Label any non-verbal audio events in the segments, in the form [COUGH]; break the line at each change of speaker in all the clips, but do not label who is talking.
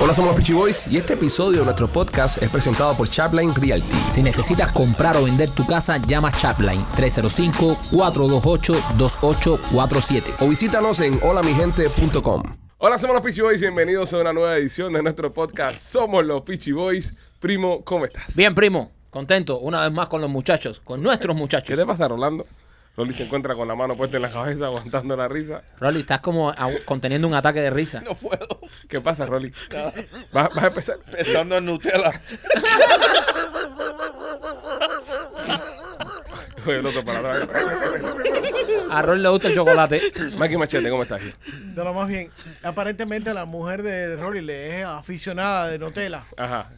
Hola, somos los Peachy Boys y este episodio de nuestro podcast es presentado por Chapline Realty.
Si necesitas comprar o vender tu casa, llama Chapline 305-428-2847.
O visítanos en holamigente.com.
Hola, somos los Peachy Boys. Bienvenidos a una nueva edición de nuestro podcast. Somos los Peachy Boys. Primo, ¿cómo estás?
Bien, primo. Contento, una vez más con los muchachos, con nuestros
¿Qué
muchachos.
te pasa, Rolando? Rolly se encuentra con la mano puesta en la cabeza, aguantando la risa.
Rolly, estás como au- conteniendo un ataque de risa.
No puedo.
¿Qué pasa, Rolly? ¿Vas, vas a empezar?
Pensando en
[LAUGHS]
Nutella.
Oye, el otro para atrás.
A Rolly le gusta el chocolate.
Mikey Machete, ¿cómo estás?
De lo más bien. Aparentemente la mujer de Rolly le es aficionada de Nutella.
Ajá.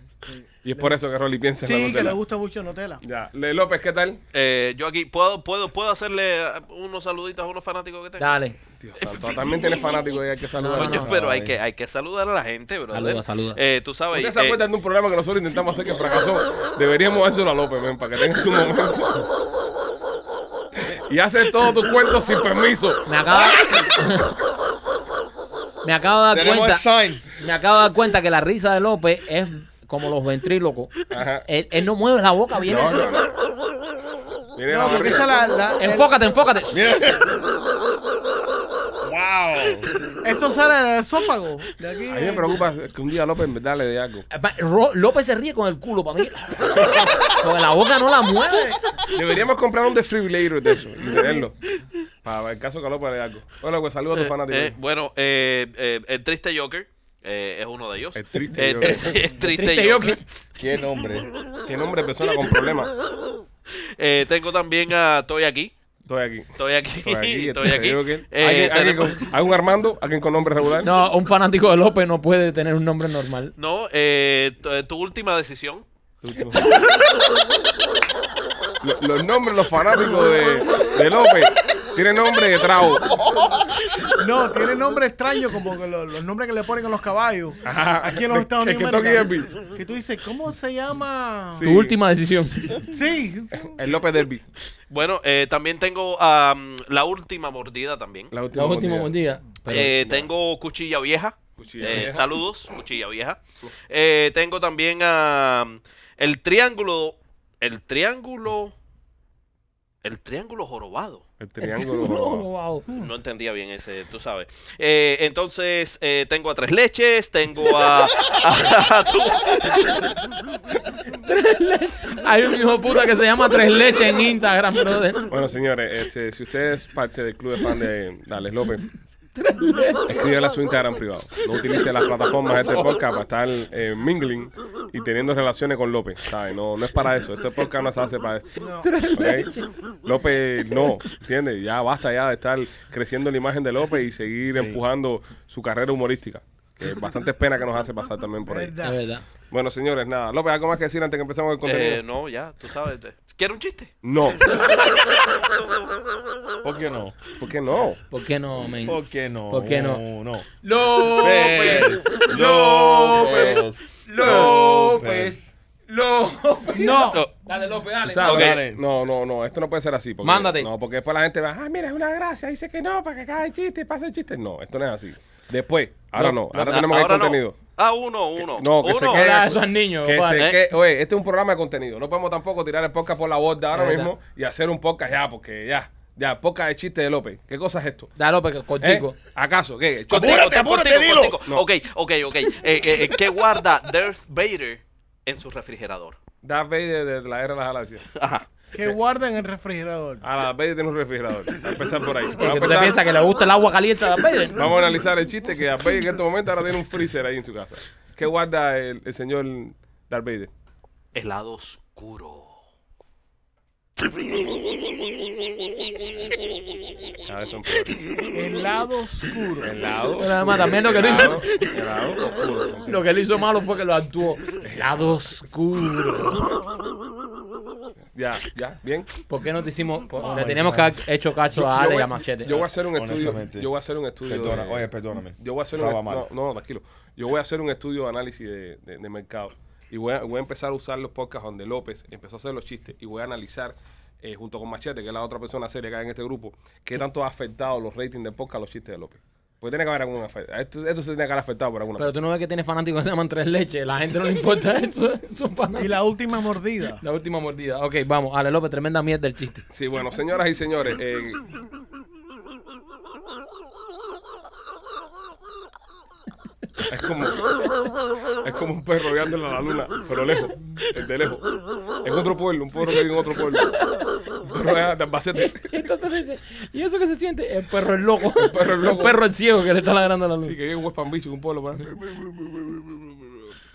Y es por eso que Rolly piensa en la
Sí, que
Nutella.
le gusta mucho Nutella.
Ya. Le López, ¿qué tal?
Eh, yo aquí puedo, puedo, puedo hacerle eh, unos saluditos a unos fanáticos que tengo.
Dale.
Dios santo, también tienes fanático y hay que saludar.
Coño, pero hay que, hay que saludar a la gente, bro.
Saluda, saluda.
Eh, tú sabes.
Ustedes se
eh,
acuerdan de un programa que nosotros intentamos hacer que fracasó. Deberíamos dárselo a López, men, para que tenga su momento. Y hace todos tus cuentos sin permiso.
Me acabo,
[LAUGHS]
me acabo de dar
Tenemos el
cuenta.
sign.
Me acabo de dar cuenta que la risa de López es como los ventrílocos.
Ajá.
Él, él no mueve la boca bien.
No, no, no. Mire la
No, porque
barriga.
esa la, la- el-
Enfócate, enfócate.
Mira. wow.
eso sale del esófago. De aquí,
A mí me
eh.
preocupa que un día López en verdad le dé algo.
Eh, Va, Ro- López se ríe con el culo para mí. [LAUGHS] Porque la boca no la mueve.
Deberíamos comprar un defibrillator de eso y tenerlo. Para el caso que a López le dé algo. Bueno, pues saludos a
eh,
tus fanáticos.
eh, bueno, eh, eh, el triste Joker eh, es uno de ellos.
El triste
Eh,
Joker.
[LAUGHS] el triste
Triste Joker.
Joker.
Qué nombre.
Qué nombre de persona con problemas.
Eh, tengo también a Estoy aquí.
Estoy aquí.
Estoy aquí.
Estoy aquí.
[LAUGHS] Estoy aquí.
Digo que-
Eh,
¿Alguien- alguien
tenemos-
con- ¿Algún Armando? ¿Alguien con nombre regular?
No, un fanático de López no puede tener un nombre normal.
No, eh, tu, tu última decisión.
Lo- los nombres, los fanáticos de, de López, tienen nombre de trago.
eh, No, tiene nombre extraño como que lo- los nombres que le ponen a los caballos.
Ajá.
Aquí en los Estados
Que- que
Unidos.
Kentucky
americanos. Que tú dices, ¿cómo se llama?
Sí.
Tu última decisión.
Sí, sí.
El López Derby.
Bueno, eh, también tengo ah, la última mordida también.
La última.
La última
mordida.
mordida. Pero-
Eh, tengo cuchilla vieja.
Cuchilla
Eh,
Vieja.
Saludos,
[LAUGHS]
cuchilla vieja. Eh, tengo también a um, el triángulo, el triángulo, el triángulo jorobado.
El
[LAUGHS]
triángulo.
Oh, wow.
No entendía bien ese, tú sabes. Eh, entonces eh, tengo a tres leches, tengo a, a- a tu-
Hay un hijo de puta que se llama Tres Leches en Instagram, brother.
Bueno, señores, este, si usted es parte del club de fan de de Alex López, escríbele a su Instagram privado. No utilice las plataformas de este podcast para estar eh, mingling y teniendo relaciones con López. ¿sabe? No, no es para eso. Este podcast no se hace para esto.
No.
¿ok? López, no, ¿entiendes? Ya basta ya de estar creciendo la imagen de López y seguir empujando su carrera humorística. Que es bastante pena que nos hace pasar también por ahí.
Verdad.
Es verdad.
Bueno, señores, nada. López, ¿algo más que decir antes que empecemos el [LAUGHS] contenido?
Eh, no, ya, tú sabes. ¿Quieres un chiste?
no.
¿Por qué no?
¿Por qué no?
¿Por qué no, men?
¿Por qué no? Uh,
¿Por qué no?
No.
López.
López.
López. López.
No.
No.
Dale, López, dale.
¿Sabes?
Ok.
Dale.
No, no, no, esto no puede ser así. Porque,
Mándate.
No, porque después la gente va, ah, mira, es una gracia, dice que no, para que cada chiste, pase el chiste. No, esto no es así. Después, ahora no,
No,
ahora
Ah,
tenemos
ahora
el
no.
contenido.
Ah, uno, uno.
No, que se
Uno.
quede.
Hola, eso es niño,
Que
padre.
se
Eh.
que- oye, este es un programa de contenido. No podemos tampoco tirar el podcast por la borda ahora
Es verdad.
mismo y hacer un podcast ya, porque ya, ya, podcast de chiste de López. ¿Qué cosa es esto?
Dale, López, que-
¿Eh?
contigo.
¿Acaso? ¿Qué?
Contigo,
Apúrate,
contigo,
apúrate,
contigo,
dilo.
contigo. Ok, ok, ok. Eh, eh, eh, ¿Qué guarda Darth Vader en su refrigerador?
Darth Vader de la era de las galaxias.
Ajá.
Que guarda en el refrigerador.
A Darth Vader tiene un refrigerador. Vamos a empezar por ahí. Vamos a
¿Usted
empezar-
piensa que le gusta el agua caliente a Vader?
Vamos a analizar el chiste que Darth Vader en este momento ahora tiene un freezer ahí en su casa. ¿Qué guarda el, el señor Darth Vader?
El lado oscuro.
Ah, son peores.
El lado oscuro.
El lado.
Pero además, también lo que
el
dice-
lado- El lado oscuro. ¿entiendes?
Lo que él hizo malo fue que lo actuó. Lado oscuro.
Ya, ya, bien.
¿Por qué no te hicimos? por- le teníamos que haber hecho cacho a Ale y a Machete.
Oh Yo voy a hacer un estudio.
Honestamente.
Yo voy a hacer un estudio.
Perdona,
de-
oye, perdóname.
Yo voy a hacer un
Estaba
estudio.
mal.
No, no, tranquilo. Yo voy a hacer un estudio de análisis de, de- de mercado. Y voy a, voy a empezar a usar los podcasts donde López empezó a hacer los chistes. Y voy a analizar, eh, junto con Machete, que es la otra persona seria que hay en este grupo, qué tanto ha afectado los ratings de podcast los chistes de López. Porque tiene que haber algún afecto. Esto, esto se tiene que haber afectado por alguna
Pero tú no ves que tiene fanáticos que se llaman tres leches. La gente no le importa eso. Son
Y
fanáticos.
la última mordida.
La última mordida. Ok, vamos. Ale López, tremenda mierda el chiste.
Sí, bueno, señoras y señores, eh, es como es como un perro guiándole a la luna, pero lejos, desde lejos. En otro pueblo, un pueblo que vive en otro pueblo. Pero es de Albacete.
Entonces dice, ¿y eso qué se siente? El perro es loco. El
perro es loco.
El perro es ciego que le está ladrando a la luz.
Sí, que vive en West Palm Beach, un pueblo para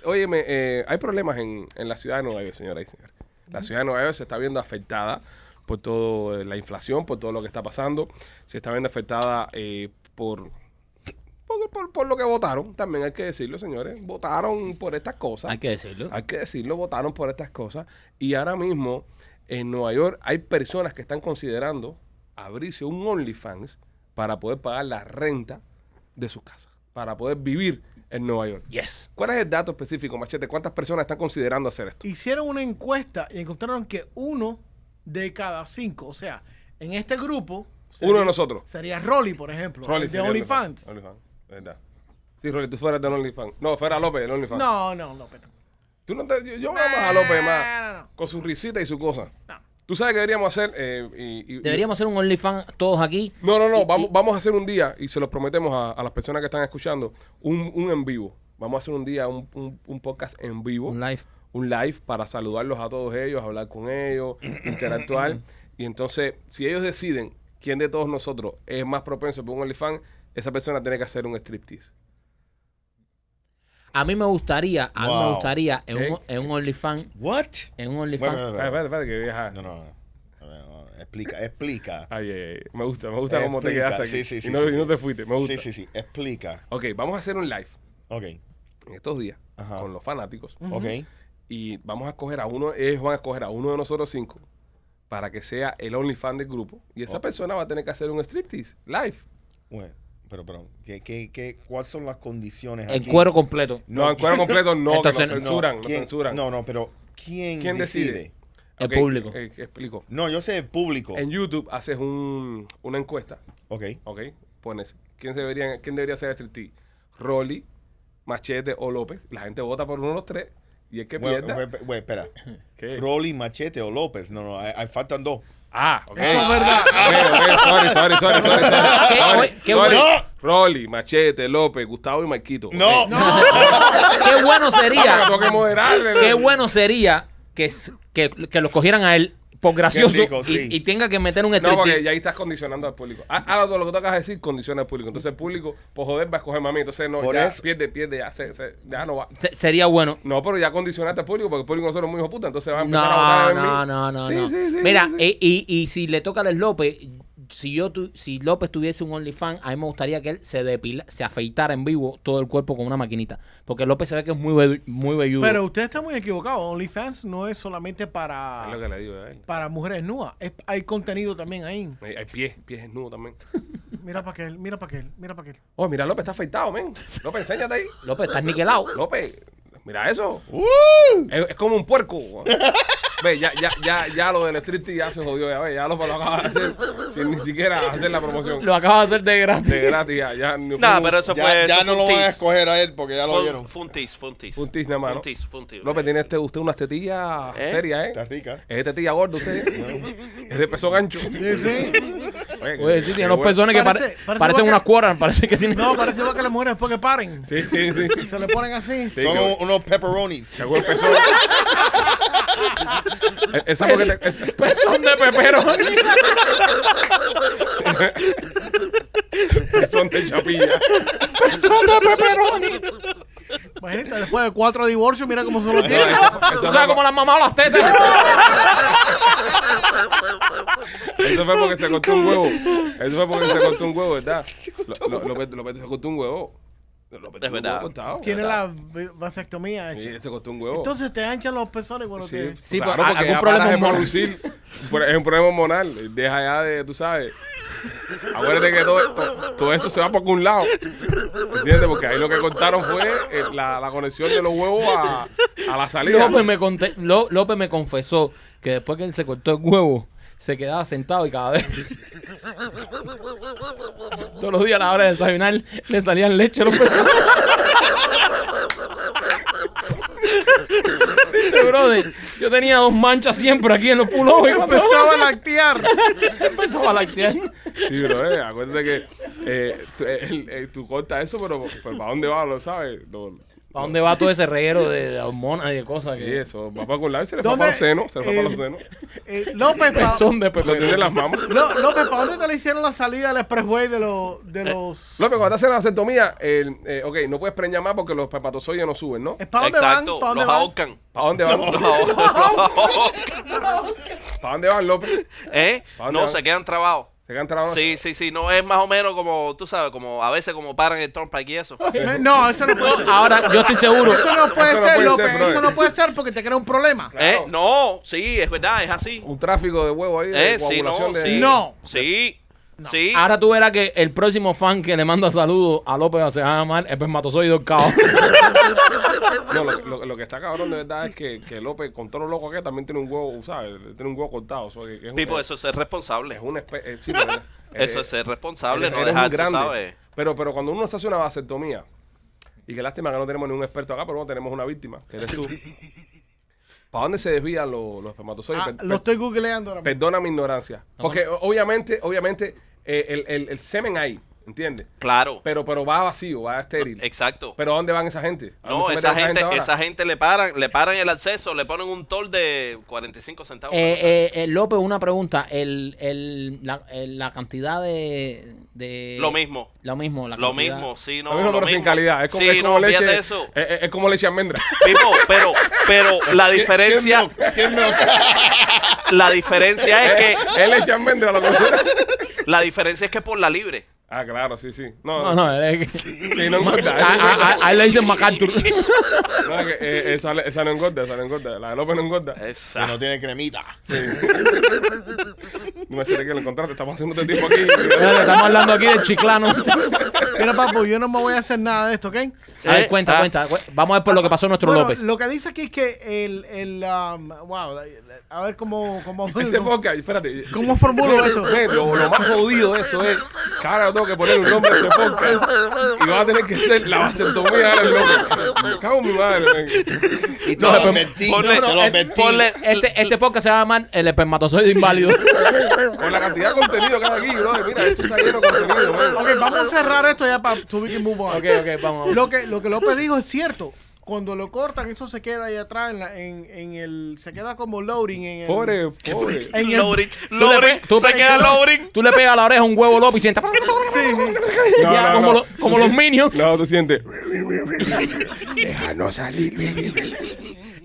Óyeme, eh, hay problemas en, en la ciudad de Nueva York, señoras y señores. La ciudad de Nueva York se está viendo afectada por toda la inflación, por todo lo que está pasando. Se está viendo afectada eh, por, por, por- por lo que votaron. También hay que decirlo, señores. Votaron por estas cosas.
Hay que decirlo.
Hay que decirlo, votaron por estas cosas. Y ahora mismo en Nueva York hay personas que están considerando abrirse un OnlyFans para poder pagar la renta de sus casas, para poder vivir en Nueva York.
Yes.
¿Cuál es el dato específico, Machete? ¿Cuántas personas están considerando hacer esto?
Hicieron una encuesta y encontraron que uno de cada cinco, o sea, en este grupo.
Uno de nosotros.
Sería Rolly, por ejemplo.
Rolly
el de
sería el
OnlyFans.
OnlyFans, ¿verdad? Sí, Rolly, tú fueras de OnlyFans. No, fuera López, el OnlyFans.
No, no, no, pero.
Tú no te- yo, yo veo más a López
No,
más
no, no.
con su risita y su cosa. ¿Tú sabes qué deberíamos hacer? Eh, y- y- y-
Deberíamos hacer un OnlyFans todos aquí.
No, no, no. vamos, vamos a hacer un día, y se los prometemos a, a las personas que están escuchando, un, un en vivo. Vamos a hacer un día, un, un- un podcast en vivo.
Un live.
Un live para saludarlos a todos ellos, hablar con [CLEARS THROAT] ellos, interactuar. y entonces, si ellos deciden quién de todos nosotros es más propenso para un OnlyFans, esa persona tiene que hacer un striptease.
A mí me gustaría, a mí me
Wow.
gustaría en un,
¿Qué?
en un OnlyFans,
What?
en un
Bueno,
OnlyFans.
bueno, bueno.
Ah, que
No, no, no. A ver, no, Explica, explica.
Ay, ay, ay. Me gusta, me gusta cómo te
Explica.
quedaste aquí.
Sí, sí, sí,
y no,
sí,
y
sí.
no te fuiste, me gusta.
Sí, sí, sí. Explica.
Ok, vamos a hacer un live
Ok.
en estos días
Ajá.
con los fanáticos.
Ok.
y vamos a escoger a uno, ellos van a escoger a uno de nosotros cinco para que sea el OnlyFans del grupo y esa
Ok.
persona va a tener que hacer un striptease live.
Bueno, pero, pero, ¿qué, qué, qué, ¿cuáles son las condiciones
En
aquí?
cuero completo.
No, en
[LAUGHS]
cuero completo no,
Entonces,
que nos
no.
censuran, nos
¿Quién?
censuran.
No, no, pero ¿quién,
¿Quién decide?
decide?
El
Ok,
público.
eh, explico.
No, yo sé el público.
En YouTube haces un, una encuesta,
Ok.
¿ok? Pones, ¿quién, se debería, ¿quién debería hacer striptease? ¿Rolly, Machete o López? La gente vota por uno de los tres y es que
Güey,
pierda.
güey, güey, espera.
¿Qué?
Rolly, Machete o López. No, no, hay, hay- faltan dos.
Ah, ok.
Eso es verdad.
Ok, ok, sorry, sorry, sorry, sorry,
[LAUGHS] Qué
sorry.
buen- qué
Sorry.
bueno.
Rolly, Machete, López, Gustavo y Marquito.
No,
Qué bueno sería,
Ah, porque tengo que moderarle.
qué bueno sería que, s- que, que los cogieran a él por gracioso
rico, sí.
y, y tenga que meter un
No,
striptease.
porque ya ahí estás condicionando al público. Ah, Ahora todo lo que tú acabas de decir condiciona al público. Entonces el público, por joder, va a escoger mami. Entonces no,
Por
ya
eso.
pierde, pierde, ya, se- se- ya no va.
Se- Sería bueno.
No, pero ya condicionaste al público porque el público nosotros es muy hijo puta. Entonces va a
No,
empezar a votar en mí.
no, no, no,
Sí,
no.
sí, sí,
Mira,
sí, sí.
eh, Y, y si le toca a Les López, si yo tu- si López tuviese un OnlyFans, a mí me gustaría que él se depila, se afeitara en vivo todo el cuerpo con una maquinita. Porque López se ve que es muy, be- muy velludo.
Pero usted está muy equivocado. OnlyFans no es solamente para,
Es lo que le digo a él.
para mujeres nudas. Es- hay contenido también ahí.
Hay, hay pies, pies desnudos también. [LAUGHS]
Mira para aquel, mira para aquel, mira para aquel.
Oh, mira, López está afeitado, men. López, enséñate ahí.
López, estás niquelado.
López, mira eso.
¡Uh!
Es, es como un puerco. Ve, ya, ya, ya, ya lo del striptease ya se jodió, ya ve, ya lo, lo acabas de hacer sin ni siquiera hacer la promoción.
Lo acabas de hacer de gratis.
De gratis, ya. ya ni
Nah,
fuimos-
pero eso fue.
ya, ya
eso
no
fue
lo van
un
a
tease.
escoger a él porque ya lo
Fue,
vieron.
fue un tease, fue un tease.
Un tis nada más.
Fue
¿no?
un tease, fue un tease.
López, tiene este, usted unas tetillas
¿Eh?
serias,
Está
¿eh?
rica.
Es de tetilla gorda usted. es de peso gancho.
Sí, sí.
Oye,
Oye, sí,
qué
tiene unos
bueno.
personas que pare-
Parece- parece
parecen
vaca.
unas cuerdas, parece que [LAUGHS] tienen...
No, parece igual que las mujeres después que paren.
Sí, sí, sí.
Y se le ponen así.
Sí,
Son
que-
un- unos pepperonis.
que algún peso- Eh, Eso es porque te- es-
Pezón de pepero.
son de chapilla.
Pezón de pepero.
Imagínate, después de cuatro divorcios, mira cómo se lo
No,
tienen.
eso fue- eso
Tú
fue
sabes cómo las mamás las tetas.
Eso fue porque se cortó un huevo. Eso fue porque se cortó un huevo, ¿verdad? Lo- lo- López López se cortó un huevo. López tiene un
verdad.
huevo cortado.
Tiene la vi- vasectomía hecha.
Sí, se cortó un huevo.
Entonces te anchan los pezones cuando
Sí,
te...
Sí,
claro,
pero a-
porque
algún
ya
problema
paras de
hormonal.
producir. Por- Es un problema hormonal. Deja ya de, tú sabes. Acuérdate que todo, to- todo eso se va por un lado. ¿Entiendes? Porque ahí lo que contaron fue eh, la, la conexión de los huevos a, a la salida.
pues, López me, conté- Ló- López me confesó que después que él se cortó el huevo, se quedaba sentado y cada vez. [LAUGHS] Todos los días a la hora de desayunar le salían leche a los pezones. [LAUGHS] Dice, brother, yo tenía dos manchas siempre aquí en los pulos y cuando
Empezaba a lactear.
[LAUGHS] empezaba a lactear.
Sí, pero eh, acuérdate que eh, tú, eh, el- eh, tú cortas eso, pero, pero ¿para dónde va? ¿Lo sabes? Lo-
¿Para dónde va todo ese reguero de, de hormonas y de cosas?
sí,
que...
eso. Va para colar y se le va
¿Dónde-
para los senos. Se le va
eh,
para los senos.
Eh, López, pa-
Pezón de
Lo tiene en
pepe.
las mamas.
Lo- López, ¿para dónde te le hicieron la salida al expressway de, los-
Eh,
de los...
López, cuando te hacen la vasectomía, el, eh, ok, no puedes preñar más porque los espermatozoides no suben, ¿no?
¿Es ¿Para eh, dónde
Exacto,
van? ¿Para dónde
los
van?
[LAUGHS] ahorcan.
¿Para dónde van?
Los ahorcan.
¿Para dónde van, López?
¿Eh?
¿Para dónde
No,
van?
se quedan trabados.
¿Se quedan trabados?
Sí, sí, sí. No, es más o menos como, tú sabes, como a veces como paran el Turnpike y eso.
No, Eh, No, eso
[LAUGHS]
no puede ser.
Ahora, yo estoy seguro.
Eso no puede
Eso no
ser,
puede
López.
ser, brother.
eso no puede ser porque te crea un problema.
¿Eh? No, sí, es verdad, es así.
Un tráfico de huevo ahí, de
Eh, sí, no, Ah.
coagulación de...
sí.
No.
Sí. Sí.
Ahora tú verás que el próximo fan que le manda saludos a López se va a llamar espermatozoide ahorcado.
No, lo, lo- lo que está cabrón de verdad es que, que López, con todo lo loco que es, también tiene un huevo, ¿sabes? Tiene un huevo cortado. o sea, que- que es un-
Pipo, eso es ser responsable.
Es una especie... sí, pero-
[LAUGHS] Eso
eh,
es ser responsable,
eres-
no
eres un
dejar, tú
grande.
sabes.
Pero, pero cuando uno se hace una vasectomía, y qué lástima que no tenemos ningún experto acá, pero bueno, tenemos una víctima, que eres
[LAUGHS]
tú. ¿Para dónde se desvían los, los espermatozoides?
Ah,
Per-
lo estoy googleando ahora mismo.
Perdona mi ignorancia. Porque o- obviamente, obviamente, eh, el, el- el semen hay, ¿entiendes?
Claro.
Pero, pero va vacío, va estéril.
Exacto.
Pero ¿a dónde van esa gente? ¿A dónde
Eh, No,
Ah, se mete
esa gente,
ahora?
esa gente le paran, le paran el acceso, le ponen un toll de 45
[LAUGHS]
centavos.
Eh, eh, eh, López, una pregunta. El, el, la, el- la cantidad de, de-
Lo mismo.
Lo mismo. la
lo
cantidad.
mismo, sí, no.
Lo mismo,
lo
pero sin
mismo.
calidad. Es como,
sí,
es como
no,
leche.
fíjate eso.
Es, es- es como leche de almendra.
[LAUGHS] Pipo, pero,
[LAUGHS]
pero la diferencia,
Skim milk, skim milk.
la diferencia es que,
[LAUGHS] es leche de almendra la
[LAUGHS]
cosa.
la diferencia es que por la libre.
Ah, claro, sí, sí. No,
No, no, es que- [LAUGHS]
Sí, no engorda.
Ah, ah, ah, ahí le dicen
[LAUGHS]
MacArthur.
ah.
No, es que, eh, esa, esa no engorda, esa no engorda. La de López no
Eh.
engorda.
Que
Exacto.
no tiene cremita.
No me sé de qué lo encontraste. Estamos haciendo este
[LAUGHS]
tiempo aquí.
Espérate, Estamos hablando aquí de [LAUGHS] chiclano.
Mira, papu, yo no me voy a hacer nada de esto, ¿ok?
A ver,
Eh,
cuenta,
ah.
cuenta. cu- Vamos a ver por lo que pasó nuestro
Bueno,
López.
lo que dice aquí es que el... el um, wow, la- la- a ver cómo... cómo
Este
cómo-
podcast, espérate. [LAUGHS]
¿Cómo formulo esto?
Ve, Lo, lo más jodido de esto es que ahora tengo que poner un nombre a este podcast y va a tener que ser la vasectomía ahora el nombre. Me cago en mi madre. ven.
Y te lo advertí.
ponle-
Te lo
eh,
advertí.
ponle-
Este, este podcast se va a llamar El espermatozoide
[LAUGHS]
inválido.
Con la cantidad de contenido que hay aquí, brother. Mira, esto está lleno de contenido. ven.
Ok, vamos a cerrar esto ya para to we can move on.
ok, ok, vamos.
Lo que, lo que López dijo es cierto. Cuando lo cortan, eso se queda ahí atrás en, la- en, en el... Se queda como loading en el...
Pobre, pobre.
En el-
Lowering,
Tú le
Lowering,
pe- tú
se
pe-
queda
tú le-
Lowering.
Tú le pegas a la oreja un huevo López y sientas.
No,
Ya,
no, no.
como, lo- como
[LAUGHS]
los minions.
No, tú sientes.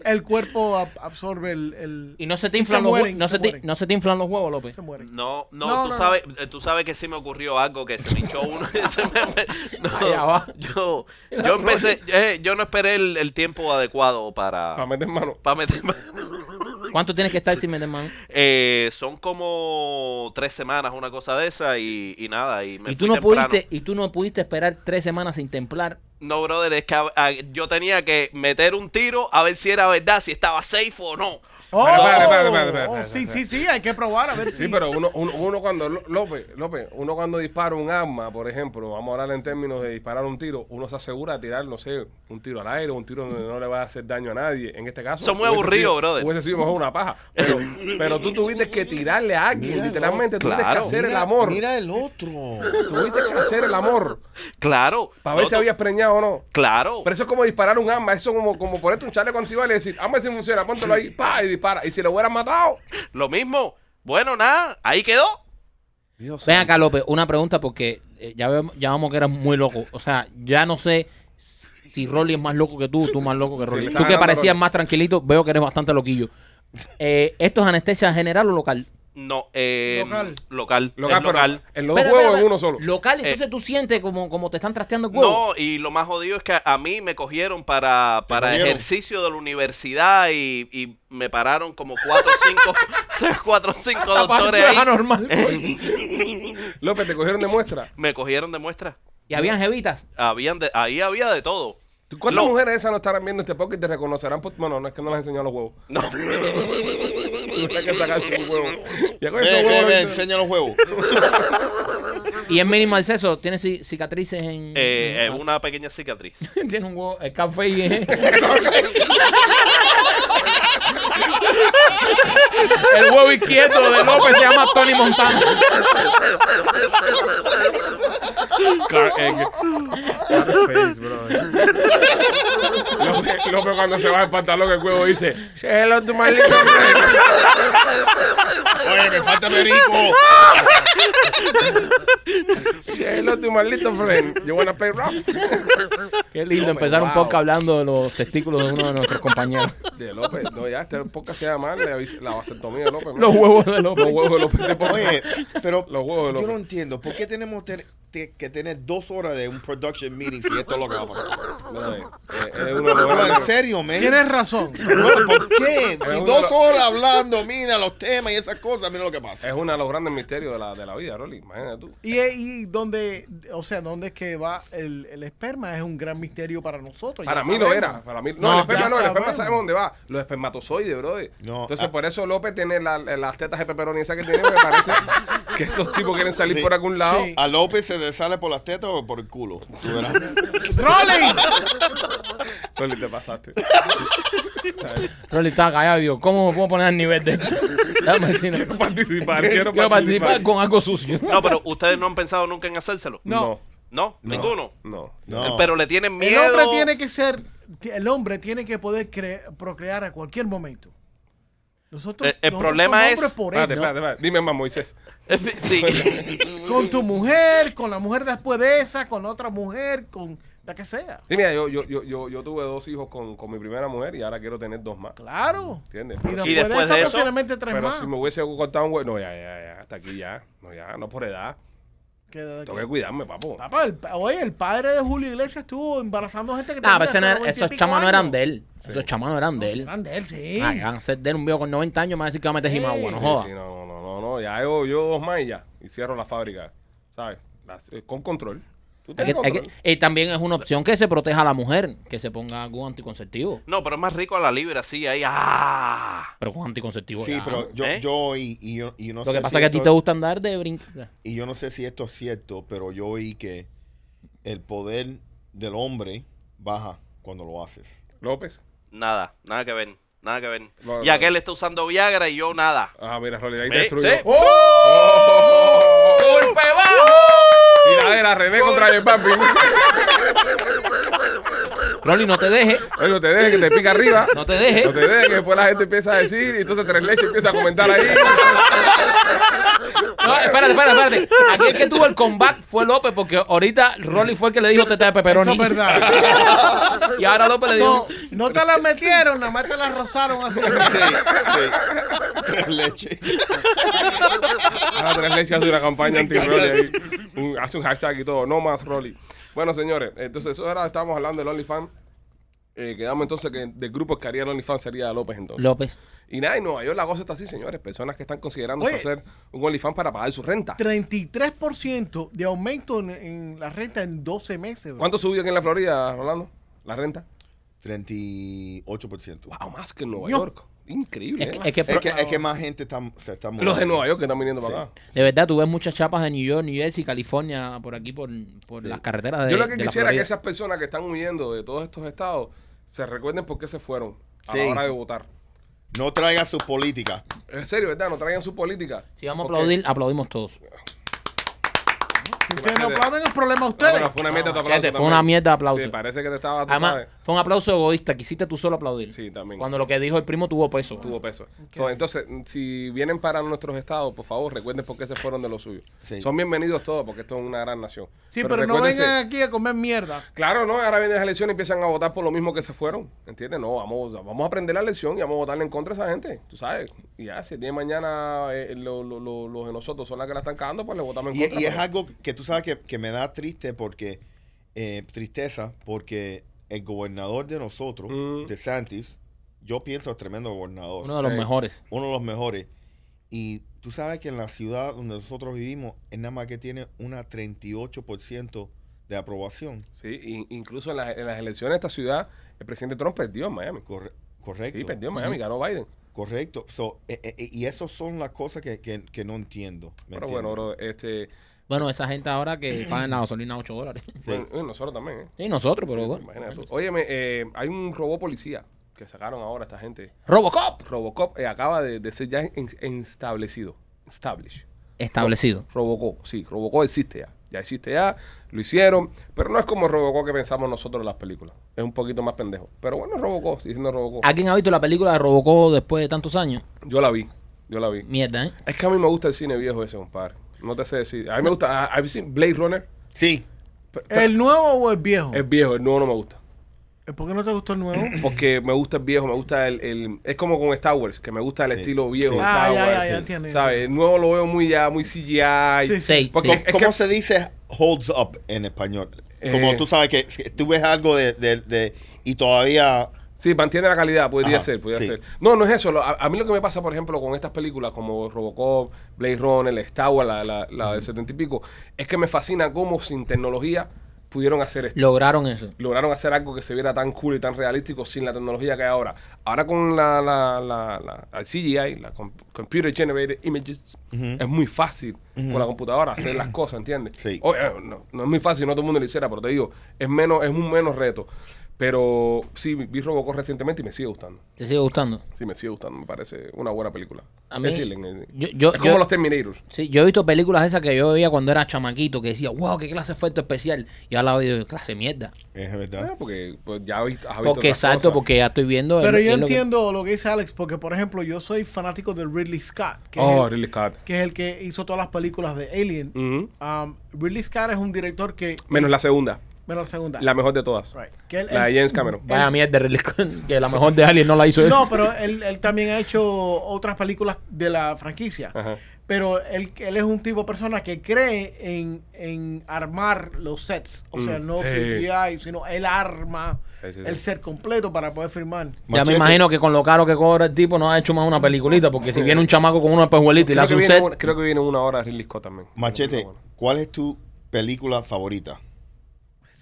el cuerpo ab- absorbe el, el-
Y no se te
y
inflan los
mueren,
huevos. No,
se
se te-
mueren,
no se te inflan los huevos, López.
se mueren.
No, no,
No, no,
tú,
no.
sabes, eh, tú sabes que sí me ocurrió algo que se me hinchó uno. [LAUGHS] se me- me- no,
Allá va.
yo, yo empecé, eh, yo no esperé el, el tiempo adecuado
Para
para,
meter mano.
para meter.
¿Cuánto tienes que estar sin meter mano?
Eh, son como tres semanas, una cosa de esa, y, y nada. Y, me
Y tú no
fui temprano.
pudiste, y tú no pudiste esperar tres semanas sin templar.
No, brother, es que a- a- yo tenía que meter un tiro a ver si era verdad, si estaba safe o no.
Oh,
espérate, espérate, espérate, espérate,
oh,
espérate.
sí, sí, sí, hay que probar a ver si.
Sí, pero uno, uno, uno cuando, Ló- López, López, uno cuando dispara un arma, por ejemplo, vamos a hablar en términos de disparar un tiro, uno se asegura de tirar, no sé, un tiro al aire, un tiro donde no le va a hacer daño a nadie. En este caso.
Son muy
hubiese
aburridos,
sido-
brother.
Hubiese sido mejor una paja. Pero, pero tú tuviste que tirarle a alguien,
Mira,
literalmente,
no,
tuviste
claro.
que hacer el
Mira,
amor.
mira el otro.
Tuviste que hacer el amor
Claro.
para ver
No,
si
tú-
habías preñado o no.
Claro.
Pero eso es como disparar un arma, eso es como, como ponerte un chaleco antibales y decir, arma si funciona, póntelo ahí, pa, y dispara. Y si lo hubieran matado,
Lo mismo. Bueno, nada, ahí quedó.
Ven acá, López, una pregunta porque eh, ya, vemos, ya vamos que eras muy loco. O sea, ya no sé si Rolly es más loco que tú, tú más loco que
le
Rolly.
estás
tú que
ganando a
parecías
Rolly.
más tranquilito, veo que eres bastante loquillo. Eh, ¿Esto es anestesia general o local?
No, eh,
Local.
Local.
local,
es
pero
local.
en los dos
Espera, espera,
juegos en
espera.
uno solo. Eh.
Local, entonces tú sientes como, como te están trasteando el huevo.
No, y lo más jodido es que a- a mí me cogieron para, para
cogieron?
ejercicio de la universidad y, y me pararon como cuatro o cinco, [LAUGHS] seis, cuatro o
[LAUGHS]
cinco
Ah,
doctores ahí.
anormal.
López, te cogieron de muestra.
Me cogieron de muestra.
[LAUGHS] Y habían jevitas.
Habían de- ahí había de todo.
¿Tú- ¿Cuántas
Lo-
[LAUGHS] mujeres esas no estarán viendo este podcast y te reconocerán? por- Bueno, no es que no las enseñó los huevos.
No.
Tuve que sacar su huevo. Ya con
Ve,
esos
ve,
huevos.
ve, enseña los huevos.
Y es minimal sexo, tiene ci- cicatrices en.
Eh,
Ah.
eh,
en-
una pequeña cicatriz.
tiene un huevo, el café ¿eh? y
[LAUGHS]
el huevo izquierdo de López se llama Tony Montana.
Scar- eh,
Face, bro.
López, López cuando se va el pantalón, el huevo dice: Hello to my little friend.
Oye, me falta perico.
Hello to my little friend. You wanna play rough?
Qué lindo empezar un poco hablando de los testículos de uno de nuestros compañeros.
De Lópes, no, ya, este podcast se llama la, la vasectomía de López. ¿no?
Los huevos de López.
Los huevos de López de podcast.
Oye,
[LAUGHS]
pero
Los huevos de
yo no
López.
entiendo. ¿Por qué tenemos ter- te- que tener dos horas de un production meeting si esto es lo que va a pasar?
No, eh, eh, es uno de los
Bro, en
grandes-
serio, man.
Tienes razón.
Bro, ¿Por
[LAUGHS]
qué? Si
uno
dos
lo-
horas hablando, mira los temas y esas cosas, mira lo que pasa.
es uno de los grandes misterios de la, de la vida, Rolly. Imagínate tú.
Y, y donde, o sea, donde es que va el, el esperma es un gran misterio para nosotros. ya
Para mí lo
sabemos.
era. Para mí, no,
No,
el esperma
ya
no, el esperma
sabemos.
sabemos dónde va. Los espermatozoides, bro.
No,
Entonces,
ah.
por eso López tiene la- las tetas de peperoni esa que tiene. Me
[LAUGHS]
parece que esos tipos quieren salir
Sí,
por algún lado.
sí.
¿A López se le sale por las tetas o por el culo? Tú
[LAUGHS]
verás.
¡Rolly!
Rolly, te pasaste.
Rolly estaba callado y digo, ¿cómo me puedo poner al nivel de esto? Dame decir.
Quiero
[LAUGHS]
participar, quiero
Quiero participar
participar.
con algo sucio.
No, pero ustedes no han pensado nunca en hacérselo.
No.
No, ninguno. Eh,
No.
No.
Pero le tienen
El
miedo.
hombre tiene que ser, el hombre tiene que poder cre- procrear a cualquier momento. Nosotros,
Eh, el
nosotros
problema
somos
es-
hombres por
Espérate,
hecho.
espérate, espérate. Dime más, Moisés.
[LAUGHS] Sí.
Con tu mujer, con la mujer después de esa, con otra mujer, con la que sea.
Sí, mira, yo, yo, yo, yo, yo tuve dos hijos con, con mi primera mujer y ahora quiero tener dos más.
Claro.
¿Entiendes?
Y después,
después
de esta
de eso,
posiblemente tres
Pero
más.
si me hubiese cortado un huevo. No, ya, ya, ya. Hasta aquí ya. No, ya. No por edad.
Que- que-
Tengo que cuidarme, papo.
Papá, el, pa- oye, el padre de Julio Iglesias estuvo embarazando gente que
Nah, Ah, pero
tenía
ese no era-
hasta
esos
90 y pico
chamanos eran
años.
de él. Esos chamanos eran de él.
Eran de él, sí.
Ah, que van a ser de él un viejo con 90 años, me va a decir que va a meter Jimagua, no
Sí,
joda.
sí, no, no, no, no, no. Ya yo, yo dos más y ya. Y cierro la fábrica. ¿Sabes? Las- eh, con control. Tú
Hay
tienes
que- hay que-
control.
y también es una opción que se proteja a la mujer, que se ponga algún anticonceptivo.
No, pero es más rico a la libre, así, ahí. ¡Ah!
Pero con anticonceptivo.
Sí,
ya.
pero yo,
¿Eh?
yo y, y yo, y yo no
Lo
sé
que pasa
si
es que a ti
esto-
te gusta andar de brincar.
Y yo no sé si esto es cierto, pero yo oí que el poder del hombre baja cuando
[LAUGHS]
lo haces.
López.
Nada, nada que ver. Nada que ver.
No,
y
no.
aquel está usando Viagra y yo nada.
Ah, mira, Rolly, ahí te
¿Eh?
destruyó. ¡Oh!
¿Sí?
¡Oh! ¡Golpe bajo!
¡Oh! Y la de la René contra el papi.
Rolly, no te dejes.
Oye, no te dejes que te pica arriba.
No te dejes.
No te dejes que después la gente empieza a decir y entonces Tres Leches empieza a comentar ahí.
No, espérate, espérate, espérate. Aquí el que tuvo el combate fue López, porque ahorita Rolly fue el que le dijo teta de
Eso
peperoni.
es verdad.
[LAUGHS] Y ahora López le dijo.
Pues No, no te la metieron, nada más te la rozaron
[LAUGHS]
así.
Sí, sí. [LAUGHS] Tres leche.
Ahora Tres Leches hace una campaña anti-Rolly ahí. Un- hace un hashtag y todo. No más Rolly. Bueno, señores, entonces eso era, estábamos hablando del OnlyFans. Eh, quedamos entonces que del grupo que haría el OnlyFans sería López entonces.
López.
Y nada, en Nueva York la cosa está así, señores. Personas que están considerando
Oye.
hacer un OnlyFans para pagar su renta.
33% de aumento en, en la renta en 12 meses. bro.
¿Cuánto subió aquí en la Florida, Rolando? La renta.
38%.
Wow, más que en Nueva
Yo.
York. Increíble.
Es
¿eh?
que, es que-
Es que, es que más gente está, se está
Los de Nueva York que están viniendo para
Sí.
acá.
de verdad, tú ves muchas chapas de New York, New Jersey, California, por aquí, por, por las carreteras de.
Yo lo que
de la
quisiera es que
Florida.
esas personas que están huyendo de todos estos estados se recuerden por qué se fueron a
Sí.
la hora de votar.
No traiga sus políticas.
En serio, ¿verdad? No traigan su política.
Si vamos a
Porque-
aplaudir, aplaudimos todos.
Este
Si ustedes no aplauden, es problema de ustedes.
Bueno, fue una mierda tu
No,
aplauso
fíjate, fue
también.
una mierda de aplauso.
Sí, parece que te estaba, tú
Oh, Además,
sabes,
fue un aplauso egoísta. Quisiste tú solo aplaudir.
Sí, también.
Cuando lo que dijo el primo tuvo peso.
tuvo peso. So, entonces, si vienen para nuestros estados, por favor, recuerden por qué se fueron de los suyos.
Sí.
Son bienvenidos todos porque esto es una gran nación.
Sí, pero, no
recuérdense-
vengan aquí a comer mierda.
Claro, no, ahora vienen las elecciones y empiezan a votar por lo mismo que se fueron. ¿Entiendes? No, vamos, vamos a aprender la lección y vamos a votarle en contra a esa gente. Tú sabes. Y ya, si el día de mañana eh, lo- lo- lo- los de nosotros son las que la están cagando, pues le votamos en
Y,
contra.
y es algo que tú sabes que, que me da triste porque eh, tristeza porque el gobernador de nosotros,
Mm.
de Santis, yo pienso es tremendo gobernador,
Uno de los
Sí.
mejores.
uno de los mejores. Y tú sabes que en la ciudad donde nosotros vivimos, es nada más que tiene una 38% de aprobación.
Sí, y- incluso en las, en las elecciones de esta ciudad, el presidente Trump perdió en Miami.
Corre- correcto.
Sí, perdió en Miami, ganó Biden.
Correcto. So, eh, eh, y esas son las cosas que, que- que no entiendo. ¿me
Pero bueno, bro,
entiendes?
este.
Bueno, esa gente ahora
[CLEARS THROAT]
que pagan la gasolina 8 dólares. [LAUGHS]
Sí.
bueno, uy, nosotros también, ¿eh?
Sí, nosotros, pero bueno.
Imagínate tú. Óyeme, eh, hay un robot policía que sacaron ahora esta gente.
Robocop.
Robocop eh, acaba de, de ser ya en- en- establecido. Established.
Establecido.
Robocop, sí, Robocop existe ya. Ya existe ya, lo hicieron, pero no es como Robocop que pensamos nosotros en las películas. Es un poquito más pendejo. Pero bueno, Robocop, sigue siendo Robocop.
¿Alguien ha visto la película de Robocop después de tantos años?
Yo la vi, yo la vi.
Mierda, ¿eh?
Es que a mí me gusta el cine viejo ese, compadre. No te sé decir. A mí me gusta, ¿has visto Blade Runner?
Sí.
¿El nuevo o el viejo?
Es viejo, el nuevo no me gusta.
¿Por qué no te gustó el nuevo?
Porque me gusta el viejo, me gusta el, el- es como con Star Wars, que me gusta el
Sí.
estilo viejo de
Sí.
Star
Ah, ya,
Wars.
ya, ya,
sí.
entiendo.
¿Sabes? El nuevo lo veo muy ya, muy CGI.
Sí, sí.
Sí,
Porque-
sí.
Es
¿Cómo
que-
se dice holds up en español? Como
Eh.
tú sabes que que tú ves algo de, de- de- y todavía...
Sí, mantiene la calidad, podría
Ajá,
ser, podría
sí.
ser. No, no es eso. lo- a, a mí lo que me pasa, por ejemplo, con estas películas como Robocop, Blade Runner, Star Wars, la, la, la de setenta y pico, es que me fascina cómo sin tecnología pudieron hacer esto.
Lograron eso.
Lograron hacer algo que se viera tan cool y tan realístico sin la tecnología que hay ahora. Ahora con la, la, la, la- la CGI, la com- Computer Generated Images, es muy fácil con la computadora hacer [CLEARS THROAT] las cosas, ¿entiendes?
Sí.
Oye, no, no es muy fácil, no todo el mundo lo hiciera, pero te digo, es, menos, es un menos reto. Pero sí, vi Robocop recientemente y me sigue gustando.
¿Te sigue gustando?
Sí, me sigue gustando, me parece una buena película.
A mí-
Es Silent, eh.
yo- yo-
es como
yo-
los Terminators.
Sí, yo he visto películas esas que yo veía cuando era chamaquito, que decía, wow, qué clase de efecto especial. Y ahora veo, digo, clase de mierda.
eh, Es
Ah,
verdad.
porque pues, ya has visto, has visto
Porque
otras
exacto,
cosas.
porque ya estoy viendo.
Pero
el-
yo
el lo que-
entiendo lo que dice Alex, porque por ejemplo, yo soy fanático de Ridley Scott, que,
Oh,
es, el,
Ridley Scott.
que es el que hizo todas las películas de Alien.
Ujú.
Um, Ridley Scott es un director que.
Menos la segunda,
Menos la segunda.
la mejor de todas.
Right. Que él-
La
él-
de James Cameron.
Vaya mierda, [LAUGHS] Ridley Scott, que la mejor de Alien no la hizo él.
No, pero él, él también ha hecho otras películas de la franquicia.
Ajá.
Pero él, él es un tipo de persona que cree en, en armar los sets. O sea,
Mm,
no
sí.
CGI, sino él arma
Sí, sí, sí.
el set completo para poder firmar.
Ya me
Machete.
imagino que con lo caro que cobra el tipo no ha hecho más una peliculita, porque si viene un chamaco con unos espejuelitos y le
Creo
hace
que,
un
viene
set,
una, creo que viene una hora de Ridley Scott también.
Machete,
Bueno,
¿cuál es tu película favorita?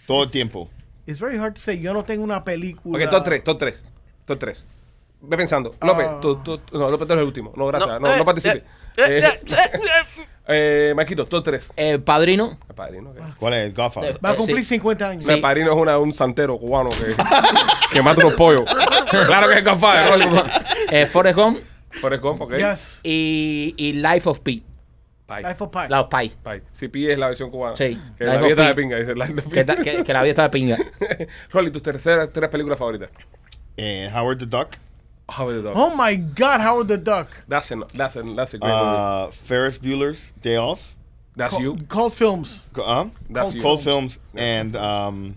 Todo el tiempo.
It's very hard to say. Yo no tengo una película.
Ok, top 3, top 3. Top 3. Ve pensando. López,
Ah.
tú, tú, tú- no, López, tú eres el último. No, gracias. No,
eh,
no, participes.
eh,
Eh,
eh,
[LAUGHS]
eh, eh.
eh, Maquito, top 3.
el padrino.
El padrino, ¿qué?
¿Cuál es? Godfather.
Va a
Eh,
cumplir
sí.
50 años.
Sí.
El padrino es una- un santero cubano que, [LAUGHS] que mata unos pollos. claro que es capaz.
eh, Forrest Gump
Forrest Gump, ok.
Yes.
y, y Life of Pi.
Pai.
Life of Pi.
La of Pi.
Pai. Si pides la versión cubana.
Sí.
Que
Life
la
of
dieta
Pi.
de pinga, dice. la dieta de
Que, ta-
pinga.
que- que la vida está de pinga.
[LAUGHS] Rolly, tus terceras tres películas favoritas.
Eh, Howard the Duck.
How the Dog.
Oh Ah. my God, Howard the Duck.
That's, an, that's, an, that's a great movie.
uh, Ferris Bueller's Day Off.
That's
Col-
you.
Cult Films.
Co- huh?
That's you.
Cold Films and um,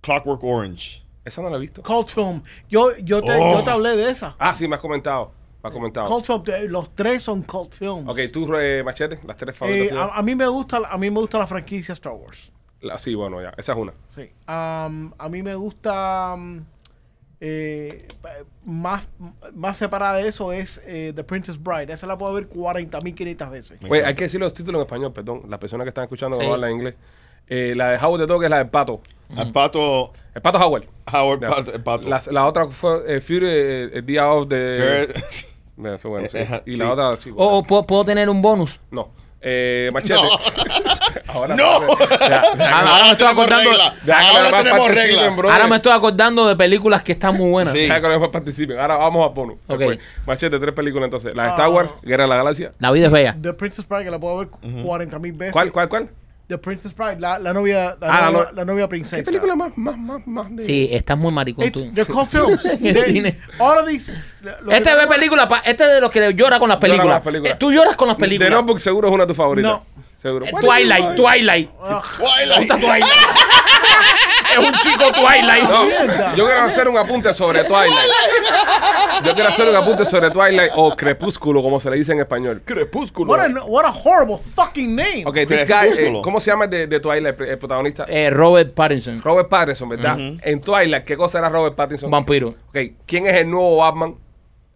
Clockwork Orange.
Esa no la he visto.
Cult Film. Yo, yo, te,
Oh.
yo te hablé de esa.
Ah, sí, me has comentado. Me has comentado.
Cult Film. eh, Los tres son Cult Films.
Oh. Ok, tú, eh, Machete, las tres favoritas.
Eh,
tuyas.
a, a mí me gusta, a mí me gusta la franquicia Star Wars.
La- sí, bueno, ya. Esa es una.
Sí. Am, a mí me gusta am, eh, pa- más, más separada de eso es eh, The Princess Bride. Esa la puedo ver 40.500 veces.
Me
Oye, hay
encanta.
que decir los títulos en español, perdón. Las personas que están escuchando
Sí.
no hablan inglés. Eh, la de Howard the Dog es la del pato.
A Pato
El pato Howard.
Howard
Ya.
Pato. Pato.
La, la otra fue eh, Fury, eh, el día off de.
[LAUGHS] Ferris-
Eh, fue bueno, sí.
[LAUGHS] Ajá,
Y
sí.
la otra, sí,
O
bueno.
o ¿puedo, puedo tener un bonus.
No. Eh, machete. [LAUGHS] Ahora,
¡No!
Ya, ya,
Ahora me estoy
tenemos
acordando-
[LAUGHS] regla.
ya que los
Ahora
demás
tenemos
participen,
regla.
brother.
Ahora me estoy acordando de películas que están muy buenas.
Sí.
Ya que los demás participen. Ahora vamos a Pono.
Ok.
Después. Machete, tres películas entonces.
Ah.
La de Star Wars, Guerra de la Galaxia.
La vida es bella.
The Princess Bride que la puedo ver 40.000 veces.
¿Cuál, cuál, cuál?
The Princess Bride, la, la novia, la,
Ah, la
novia,
no-
la novia princesa.
¿Qué película más, más, más, más de.?
Sí, estás muy maricón tú.
It's- they're called films.
En el
They-
cine.
all of these. lo que
Este ve
tenemos-
películas, pa- este es de los que llora con
Llora
las
con
películas.
las películas.
Eh, tú lloras con las
The
películas.
Notebook seguro es una de tus favoritas.
No.
Seguro.
Eh, Twilight, Twilight.
Twilight.
Twilight. es un chico Twilight.
No,
Mierda.
yo quiero hacer un apunte sobre Twilight. Yo quiero hacer un apunte sobre Twilight o Crepúsculo, como se le dice en español. Crepúsculo.
What a, what a horrible fucking name.
Ok, this guy, eh,
Crepúsculo.
¿cómo se llama el de, de Twilight, el protagonista?
Eh, Robert Pattinson,
Robert Pattinson, ¿verdad? Eh, En Twilight, ¿qué cosa era Robert Pattinson?
un vampiro.
Ok, ¿quién es el nuevo Batman?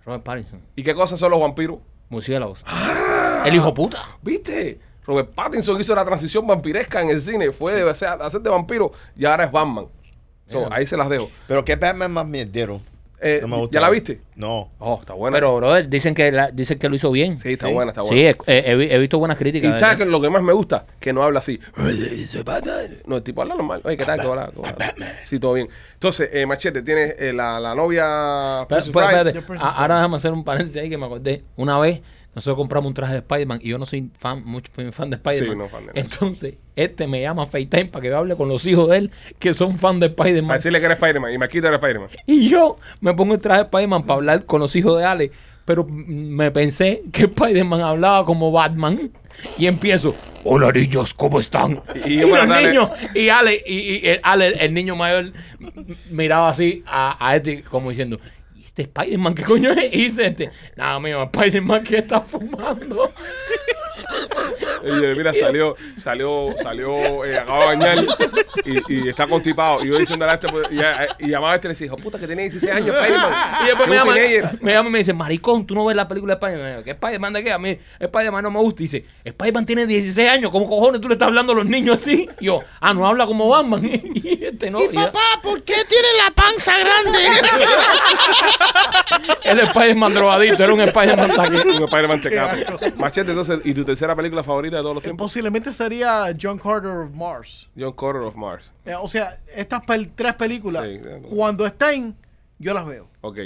Robert Pattinson,
¿Y qué cosas son los vampiros?
murciélagos. El hijo puta.
¿Viste? Robert Pattinson hizo la transición vampiresca en el cine. Fue de o sea, hacer de vampiro y ahora es Batman. So, ahí se las dejo.
Pero qué Batman más mierdero.
eh,
No me gusta.
¿Ya la viste?
No.
Oh, está buena.
Pero, brother, dicen que, la- dicen que lo hizo bien.
sí, está
sí.
buena, está buena.
Sí, he, he- he vi- he visto buenas críticas.
Y
¿verdad?
sabes que lo que más me gusta, que no habla así. Oye, soy Batman. No, el tipo habla normal. Oye, ¿qué tal? ¿Qué hola? ¿Cómo hola? Sí, todo bien. Entonces, eh, Machete, tienes eh, la, la novia.
Pero,
Princess
pero,
Bride.
espérate,
Yo Princess
a- ahora déjame hacer un paréntesis ahí que me acordé. Una vez nosotros compramos un traje de Spider-Man y yo no soy fan, mucho fui fan de Spider-Man.
Sí, no, fan de nada.
Entonces, este me llama a FaceTime para que yo hable con los hijos de él que son fan de
Para
Spider-Man.
decirle que eres Spider-Man. Y Maquita era Spider-Man.
[LAUGHS] Y yo me pongo el traje de Spider-Man para hablar con los hijos de Ale. Pero mm, me pensé que Spider-Man hablaba como Batman. Y empiezo, hola niños, ¿cómo están?
Y-
Y,
y
los
buenas tardes.
niños, y Ale, y, y- y Ale, el niño mayor, m- m- miraba así a, a este como diciendo, ¿y este Spider-Man qué coño es? Y dice este, nada mío, Spider-Man que está fumando.
Y, eh, mira, salió, salió, salió, eh, acaba de bañar y, y está constipado. Y yo diciendo a este, pues, y, a- y llamaba a este y le decía, hijo puta, que tenía 16 años, Spider-Man.
Y después
Que
me
un
llama,
teenager.
me llama y me dice, maricón, tú no ves la película de Spider-Man. Y yo, ¿Qué Spider-Man de qué? A mí Spider-Man no me gusta. Y dice, Spider-Man tiene 16 años, ¿cómo cojones tú le estás hablando a los niños así? Y yo, ah, no habla como Batman. [LAUGHS] y este no. Y yo,
Papá, ¿por qué tiene la panza
[LAUGHS]
grande?
el Spider-Man drogadito, era un Spider-Man
[LAUGHS]
taquero.
Un Spider-Man te capa. Machete, entonces, ¿y tu tercera película favorita de todos los
Eh,
tiempos?
posiblemente sería John Carter of Mars.
John Carter of Mars.
Eh, o sea, estas pel- tres películas,
Sí, claro.
cuando estén, yo las veo.
Ok.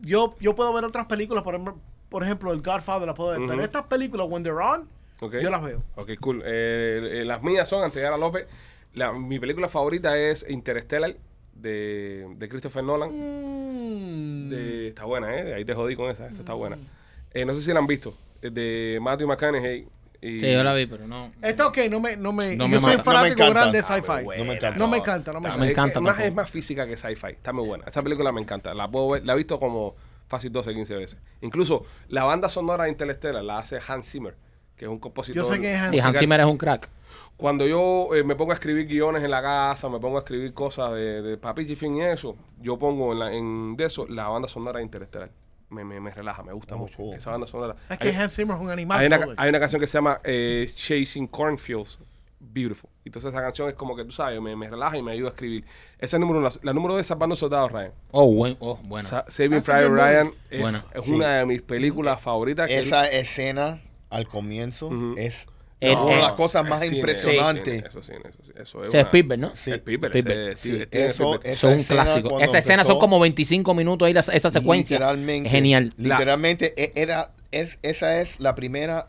Yo, yo puedo ver otras películas, por ejemplo, por ejemplo El Godfather la puedo ver, pero estas películas, when they're on,
Ok.
yo las veo.
Ok, cool. Eh, eh, las mías son, antes de llegar a López, la- mi película favorita es Interstellar de, de Christopher Nolan.
Mm.
De- está buena, ¿eh? Ahí te jodí con esa. Esa está buena.
Mm.
Eh, no sé si la han visto. eh, De Matthew McConaughey. y-
vi, pero no.
Está ok, no me, no me,
No
yo
me Ah,
soy
mata.
fanático
No me
grande de
encanta.
sci-fi.
No me encanta.
No me encanta, no me
Está-
encanta.
es-
Ah, encanta
es más,
tampoco.
es más física que sci-fi. Está muy buena. Esa película me encanta. La puedo ver. La he visto como fácil 12, 15 veces. Incluso la banda sonora de Interstellar la hace Hans Zimmer, que es un compositor.
Yo sé quién es Hans
Y Hans
musical.
Zimmer es un crack.
Cuando yo eh, me pongo a escribir guiones en la casa, me pongo a escribir cosas de, de papi chifín y eso, yo pongo en, la- en de eso la banda sonora de Interestelar. Me, me, me relaja, me
Oh,
gusta mucho.
cool.
Esa banda sonora.
Es
Hay-
que Hans Zimmer es un animal.
hay una, ca-
brother.
hay una canción que se llama eh, Chasing Cornfields. Beautiful. Entonces esa canción es como que tú sabes, me, me relaja y me ayuda a escribir. Esa es número uno. La, la número dos es Salvando Soldados Ryan.
Oh, bueno. Oh, bueno.
Sa- Saving
Ah,
Private
Saving
Ryan es,
Bueno.
es
Sí.
una de mis películas favoritas. que-
Esa escena al comienzo es
El-
una de
el-
las cosas más
es cine,
impresionantes.
cine, Eso sí, eso sí. Eso es
Ese Eh, es
una-
Spielberg, ¿no?
Sí,
Spielberg,
Spielberg.
ese-
sí,
Steven- Steven
eso,
Spielberg.
esa
Son un
escena
clásico.
cuando
Esa escena
empezó,
son como 25 minutos ahí, la- esa secuencia.
Literalmente.
Genial.
Literalmente, e- era, es, esa es la primera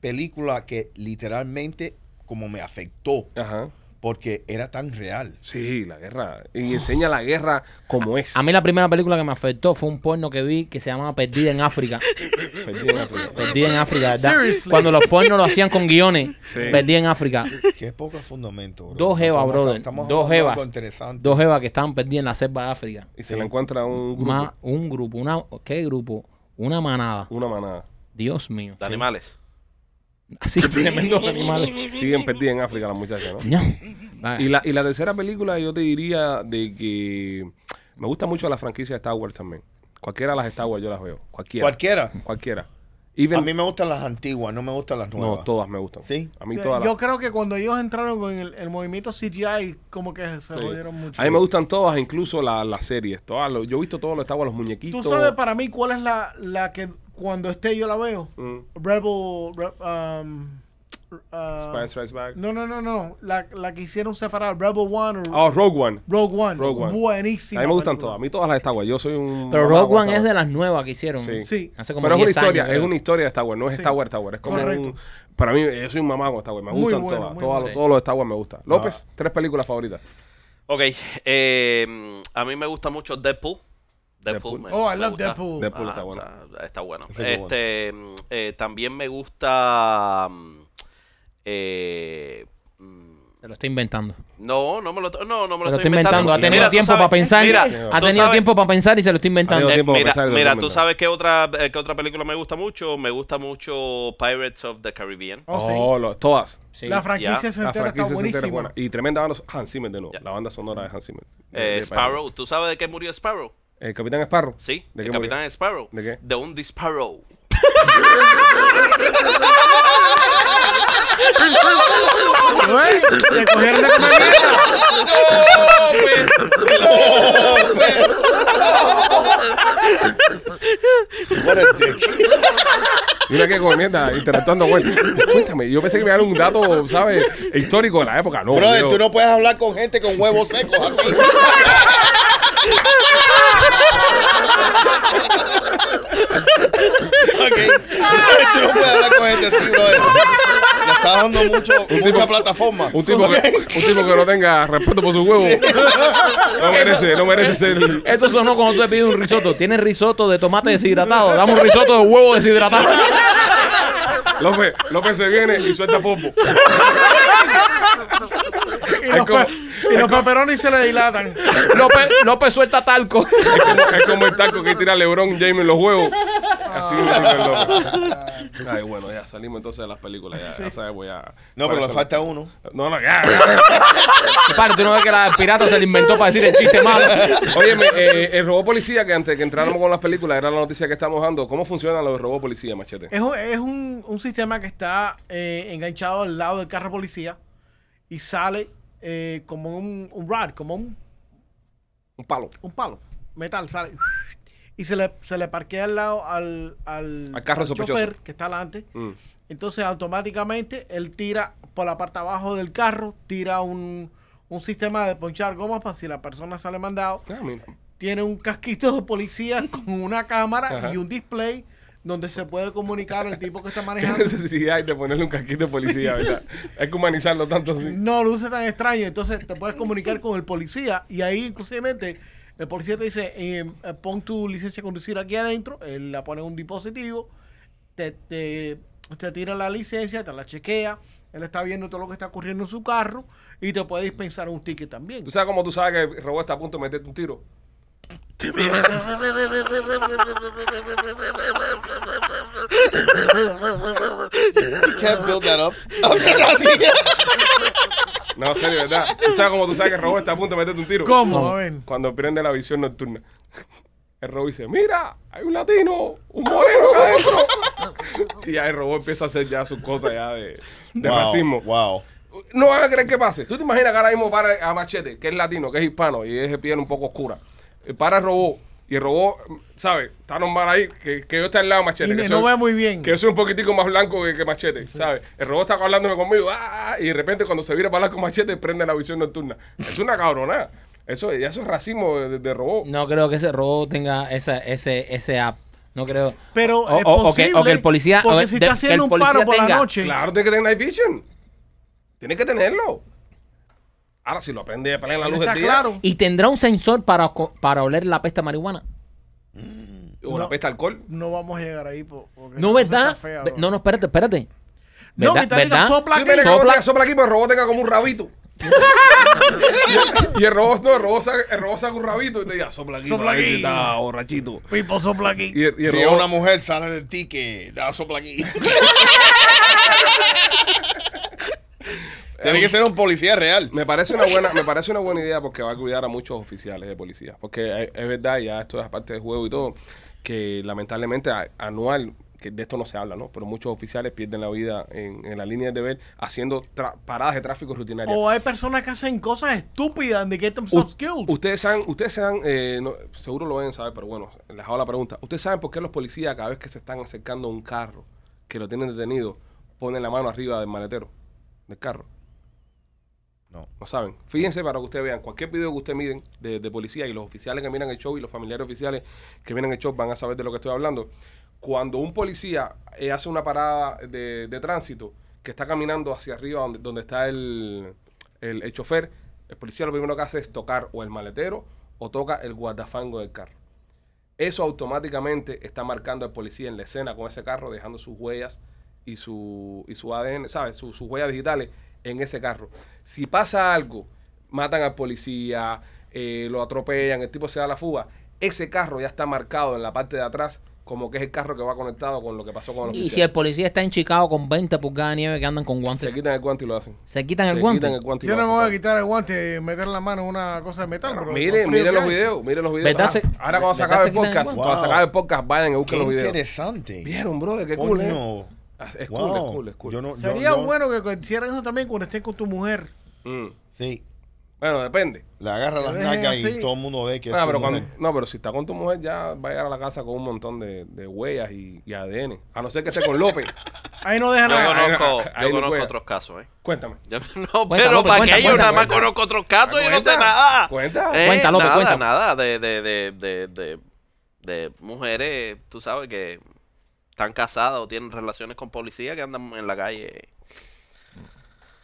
película que literalmente como me afectó
Ajá.
porque era tan
[LAUGHS]
real.
Sí, la guerra. Y enseña la guerra como es.
A mí la primera película que me afectó fue un porno que vi que se llamaba Perdida en África.
Perdí en África.
Perdida en África, ¿verdad? Cuando los pornos lo hacían con guiones.
Sí.
Perdida en África.
Qué poco fundamento. bro.
Dos Eva,
Estamos-
brother.
estamos
Dos
hablando de
Evas.
algo interesante.
Dos Evas que estaban perdidas en la selva de África.
Y se le encuentra un grupo,
Más un grupo, una, ¿qué grupo? Una manada.
una manada.
Dios mío.
De animales.
Así, [LAUGHS] tremendos animales.
Siguen perdidas en África las muchachas, ¿no?
No. Vaya.
Y la, y la tercera película yo te diría de que me gusta mucho la franquicia de Star Wars también. Cualquiera de las Star Wars yo las veo. Cualquiera.
Cualquiera.
Cualquiera. Even-
A mí me gustan las antiguas, no me gustan las nuevas.
no, todas me gustan.
Sí.
A mí
Eh,
todas
Yo
las...
creo que cuando ellos entraron con el, el movimiento CGI, como que se
sí.
jodieron mucho.
A mí me gustan todas, incluso la- las series. Todas lo- yo he visto todos los Star Wars, los muñequitos.
Tú sabes para mí cuál es la, la que cuando esté yo la veo.
Mm.
Rebel. Re- um, uh,
Spice Strikes Back.
no, no, no, no. La, la que hicieron separar. Rebel One o
Oh, Rogue One.
Rogue One.
Rogue One.
Buenísima.
a mí me gustan
película.
todas. A mí todas las de Star Wars. Yo soy un...
Pero
mamá
Rogue
con
One
Star
es
Wars.
de las nuevas que hicieron.
Sí.
Sí.
Hace como
pero es una
10 años,
historia, es
creo.
una historia de Star Wars, no es
Sí.
Star Wars, Star Wars. Es como
Correcto.
un- para mí, yo soy un mamá con Star Wars, me
Muy
gustan
bueno,
todas,
muy
todas
bueno.
los- todos los de Star Wars me gustan. López, tres películas favoritas.
Ok, eh, a mí me gusta mucho Deadpool. Deadpool.
Deadpool.
me-
Oh, I
me
love
gusta.
Deadpool.
Deadpool
Ah,
está
o
bueno.
sea, está bueno.
Ese es
Este, mm, eh, también me gusta... mm, eh, mm,
Se lo está inventando.
no, no me lo,
Se
no, no me
lo
lo estoy
está inventando.
inventando.
Ha tenido
Mira, tú
tiempo para
sabes-
pensar.
Mira,
ha
tú
tenido
sabes-
tiempo para pensar y se lo está inventando.
Adiós.
Eh,
tiempo para
mira,
pensar en el
mira, tú
documental.
sabes qué otra, eh, qué otra película me gusta mucho. Me gusta mucho Pirates of the Caribbean.
Oh, sí.
Oh, lo- todas.
Sí.
La franquicia
ya.
se
La
entera
franquicia
está
se entera es
buenísima.
buena. Y tremenda banda so- Hans Zimmer de nuevo.
Ya.
La banda sonora de Hans Zimmer.
Eh,
De- de
Sparrow, ¿tú sabes de qué murió Sparrow?
Spider-Man. ¿El Capitán Sparrow?
Sí,
¿De
el
qué murió?
capitán Sparrow.
¿De qué?
De un disparo.
Güey, te
[LAUGHS]
cogieron de comer mierda.
What a
[LAUGHS]
dick.
Mira qué coñeta, interactuando con él. Cuéntame, yo pensé que me dieron un dato, ¿sabes? Histórico de la época. No,
Brother,
yo-
tú no puedes hablar con gente con huevos secos así. ok. Tú no puedes hablar con gente así, brother. Le estás dando mucho, mucha plataforma.
Un tipo, que,
Ok.
un tipo que no tenga respeto por su huevo. No merece, no merece ser.
Eso sonó cuando tú te pides un risotto. ¿Tienes risotto de tomate deshidratado? Dame un risotto de huevo deshidratado.
López, López se viene y suelta pompo.
Y los,
como-
pe- y los peperonis se le dilatan.
López, López suelta talco.
Es como, es como el taco que tira LeBron James en los huevos. Así mismo es el López. Ay, bueno, ya salimos entonces de las películas. Ya, ya sabes, voy a.
No, pero
cuáles
le
son.
falta uno.
No, no, ya, ya.
Padre, tú no ves que la pirata se le inventó para decir el chiste malo.
Oye, eh, el robot policía que antes que entráramos con las películas era la noticia que estamos dando. ¿Cómo funciona lo del robot policía, Machete?
Es un, es un, un sistema que está eh, enganchado al lado del carro de policía y sale eh, como un, un rod, como un,
Un palo.
un palo, metal, sale. Y se le, se le parquea al lado al, al,
Al carro
al
sospechoso.
chofer que está adelante.
Mm.
Entonces automáticamente él tira por la parte abajo del carro, tira un, un sistema de ponchar gomas para si la persona sale mandado.
Ah, mira.
Tiene un casquito de policía [LAUGHS] con una cámara
Ajá.
y un display donde se puede comunicar el tipo
[LAUGHS]
que está
¿Qué
manejando.
necesidad hay de ponerle un casquito de policía, verdad? Hay que humanizarlo tanto así.
No luce tan extraño. Entonces te puedes comunicar con el policía y ahí inclusivemente el policía te dice, eh, eh, pon tu licencia de conducir aquí adentro, él la pone en un dispositivo, te, te, te tira la licencia, te la chequea, él está viendo todo lo que está ocurriendo en su carro y te puede dispensar un ticket también.
¿Tú sabes cómo tú sabes que el robot está a punto de meterte un tiro?
You can't build that up. Así.
No, en serio, ¿verdad? ¿Tú sabes cómo tú sabes que el robot está a punto de meterte un tiro?
¿Cómo? A ver.
Cuando prende la visión nocturna. El robot dice, mira, hay un latino, un moreno acá adentro. Y ya el robot empieza a hacer ya sus cosas ya de, de
Wow,
racismo.
Wow.
No van a creer que pase. ¿Tú te imaginas que ahora mismo para a Machete, que es latino, que es hispano y es de piel un poco oscura? eh, Para el robot. Y el robot, ¿sabes? Está normal ahí, que, que yo esté al lado de Machete.
Y
que
no ve muy bien.
Que yo soy un poquitico más blanco que, que Machete, ¿sabes? El robot está hablándome conmigo. ¡ah! Y de repente cuando se vira para hablar con Machete, prende la visión nocturna. Es una cabronada. Eso, ya eso es racismo de, de robot.
No creo que ese robot tenga esa, ese, ese app. No creo.
Pero
O-
es
o- o que-
posible
o que oh, el policía- o
porque
que-
si
de-
está
que el
haciendo un
policía
paro por la
tenga-
noche,
Claro, tiene que tener night vision. Tiene que tenerlo. Ahora, si lo aprende a pelear en la luz
está
del día,
claro.
¿Y tendrá un sensor para, co- para oler la pesta marihuana?
o la
No.
pesta alcohol,
No vamos a llegar ahí. po- porque
No,
la cosa
¿verdad?
está fea,
Ve-
bro.
no, no, espérate, espérate.
No,
¿Verdad?
que te diga,
¿Verdad?
sopla
Sí,
aquí.
mira, que
Sopla.
sopla. sopla aquí, pero el robot tenga como un
[LAUGHS]
rabito. y, el, y el robot no, el robot saca, el robot saca un rabito y te diga, sopla aquí,
Sopla
para ver
aquí.
si está borrachito.
Pipo sopla aquí.
Y, el- y el
Si es
robot-
una mujer, sale del ticket. Da
[LAUGHS]
sopla aquí. Tiene que ser un policía real.
me parece una buena, me parece una buena idea porque va a cuidar a muchos oficiales de policía. Porque es, es verdad, ya esto es aparte del juego y todo, que lamentablemente a- anual, que de esto no se habla, ¿no? Pero muchos oficiales pierden la vida en, en la línea de deber haciendo tra- paradas de tráfico rutinarias.
O hay personas que hacen cosas estúpidas de get them
U-
soft skills.
Ustedes saben, ustedes saben, eh, no, seguro lo deben saber, pero bueno, les hago la pregunta. ¿Ustedes saben por qué los policías cada vez que se están acercando a un carro que lo tienen detenido, ponen la mano arriba del maletero del carro?
No.
No saben. Fíjense para que ustedes vean. Cualquier video que ustedes miren de, de policía y los oficiales que miran el show y los familiares oficiales que miran el show van a saber de lo que estoy hablando. Cuando un policía eh, hace una parada de, de tránsito que está caminando hacia arriba donde, donde está el, el- el chofer, el policía lo primero que hace es tocar o el maletero o toca el guardafango del carro. Eso automáticamente está marcando al policía en la escena con ese carro, dejando sus huellas y su, y su ADN, ¿sabes? Su- sus huellas digitales en ese carro. Si pasa algo, matan al policía, eh, lo atropellan, el tipo se da la fuga, ese carro ya está marcado en la parte de atrás como que es el carro que va conectado con lo que pasó con el
Y si el
oficial.
policía está en Chicago con 20 pulgadas de nieve que andan con guantes,
Se
se,
quitan el guante y lo hacen.
quitan
Se
el guante.
quitan el guante y
Yo
lo
no me voy a
hacen.
quitar el guante y meter la mano en una cosa de metal,
Pero
bro.
Mire,
Con frío
mire
que
los
hay.
videos, mire los videos.
¿Verdad
Ah,
se-
ahora cuando se
verdad
acabe
se
el
quitan el
podcast,
guante?
cuando se
Wow.
acabe el podcast, vayan y
Qué
busquen los videos.
interesante.
Vieron, brother, qué cool es.
Coño.
Ah, Es cool,
Wow.
es cool, es cool.
Yo no- yo-
Sería
yo-
bueno que hicieran eso también cuando estés con tu mujer.
Mm.
Sí.
Bueno, depende.
Le agarra las
Lo dejen
nalgas y
así.
todo el mundo ve que es
Ah,
tu
pero
mujer.
cuando- no, pero si está con tu mujer ya va a llegar a la casa con un montón de, de huellas y, y ADN. A no ser que esté con
[LAUGHS]
López.
Ahí no deja
Yo
Ah,
nada.
conozco,
ah, ahí
yo
no
conozco
puede.
otros casos, ¿eh? [LAUGHS]
Cuéntame.
Yo- no,
Cuenta,
pero
López,
para
cuenta,
que yo
cuenta,
nada más
cuenta.
conozco otros casos, yo
Ah,
no
Cuenta,
sé
Ah.
nada.
cuenta.
Eh,
Cuenta, López,
nada,
cuenta.
nada de, de, de, de, de, de mujeres, tú sabes, que están casadas o tienen relaciones con policías que andan en la calle.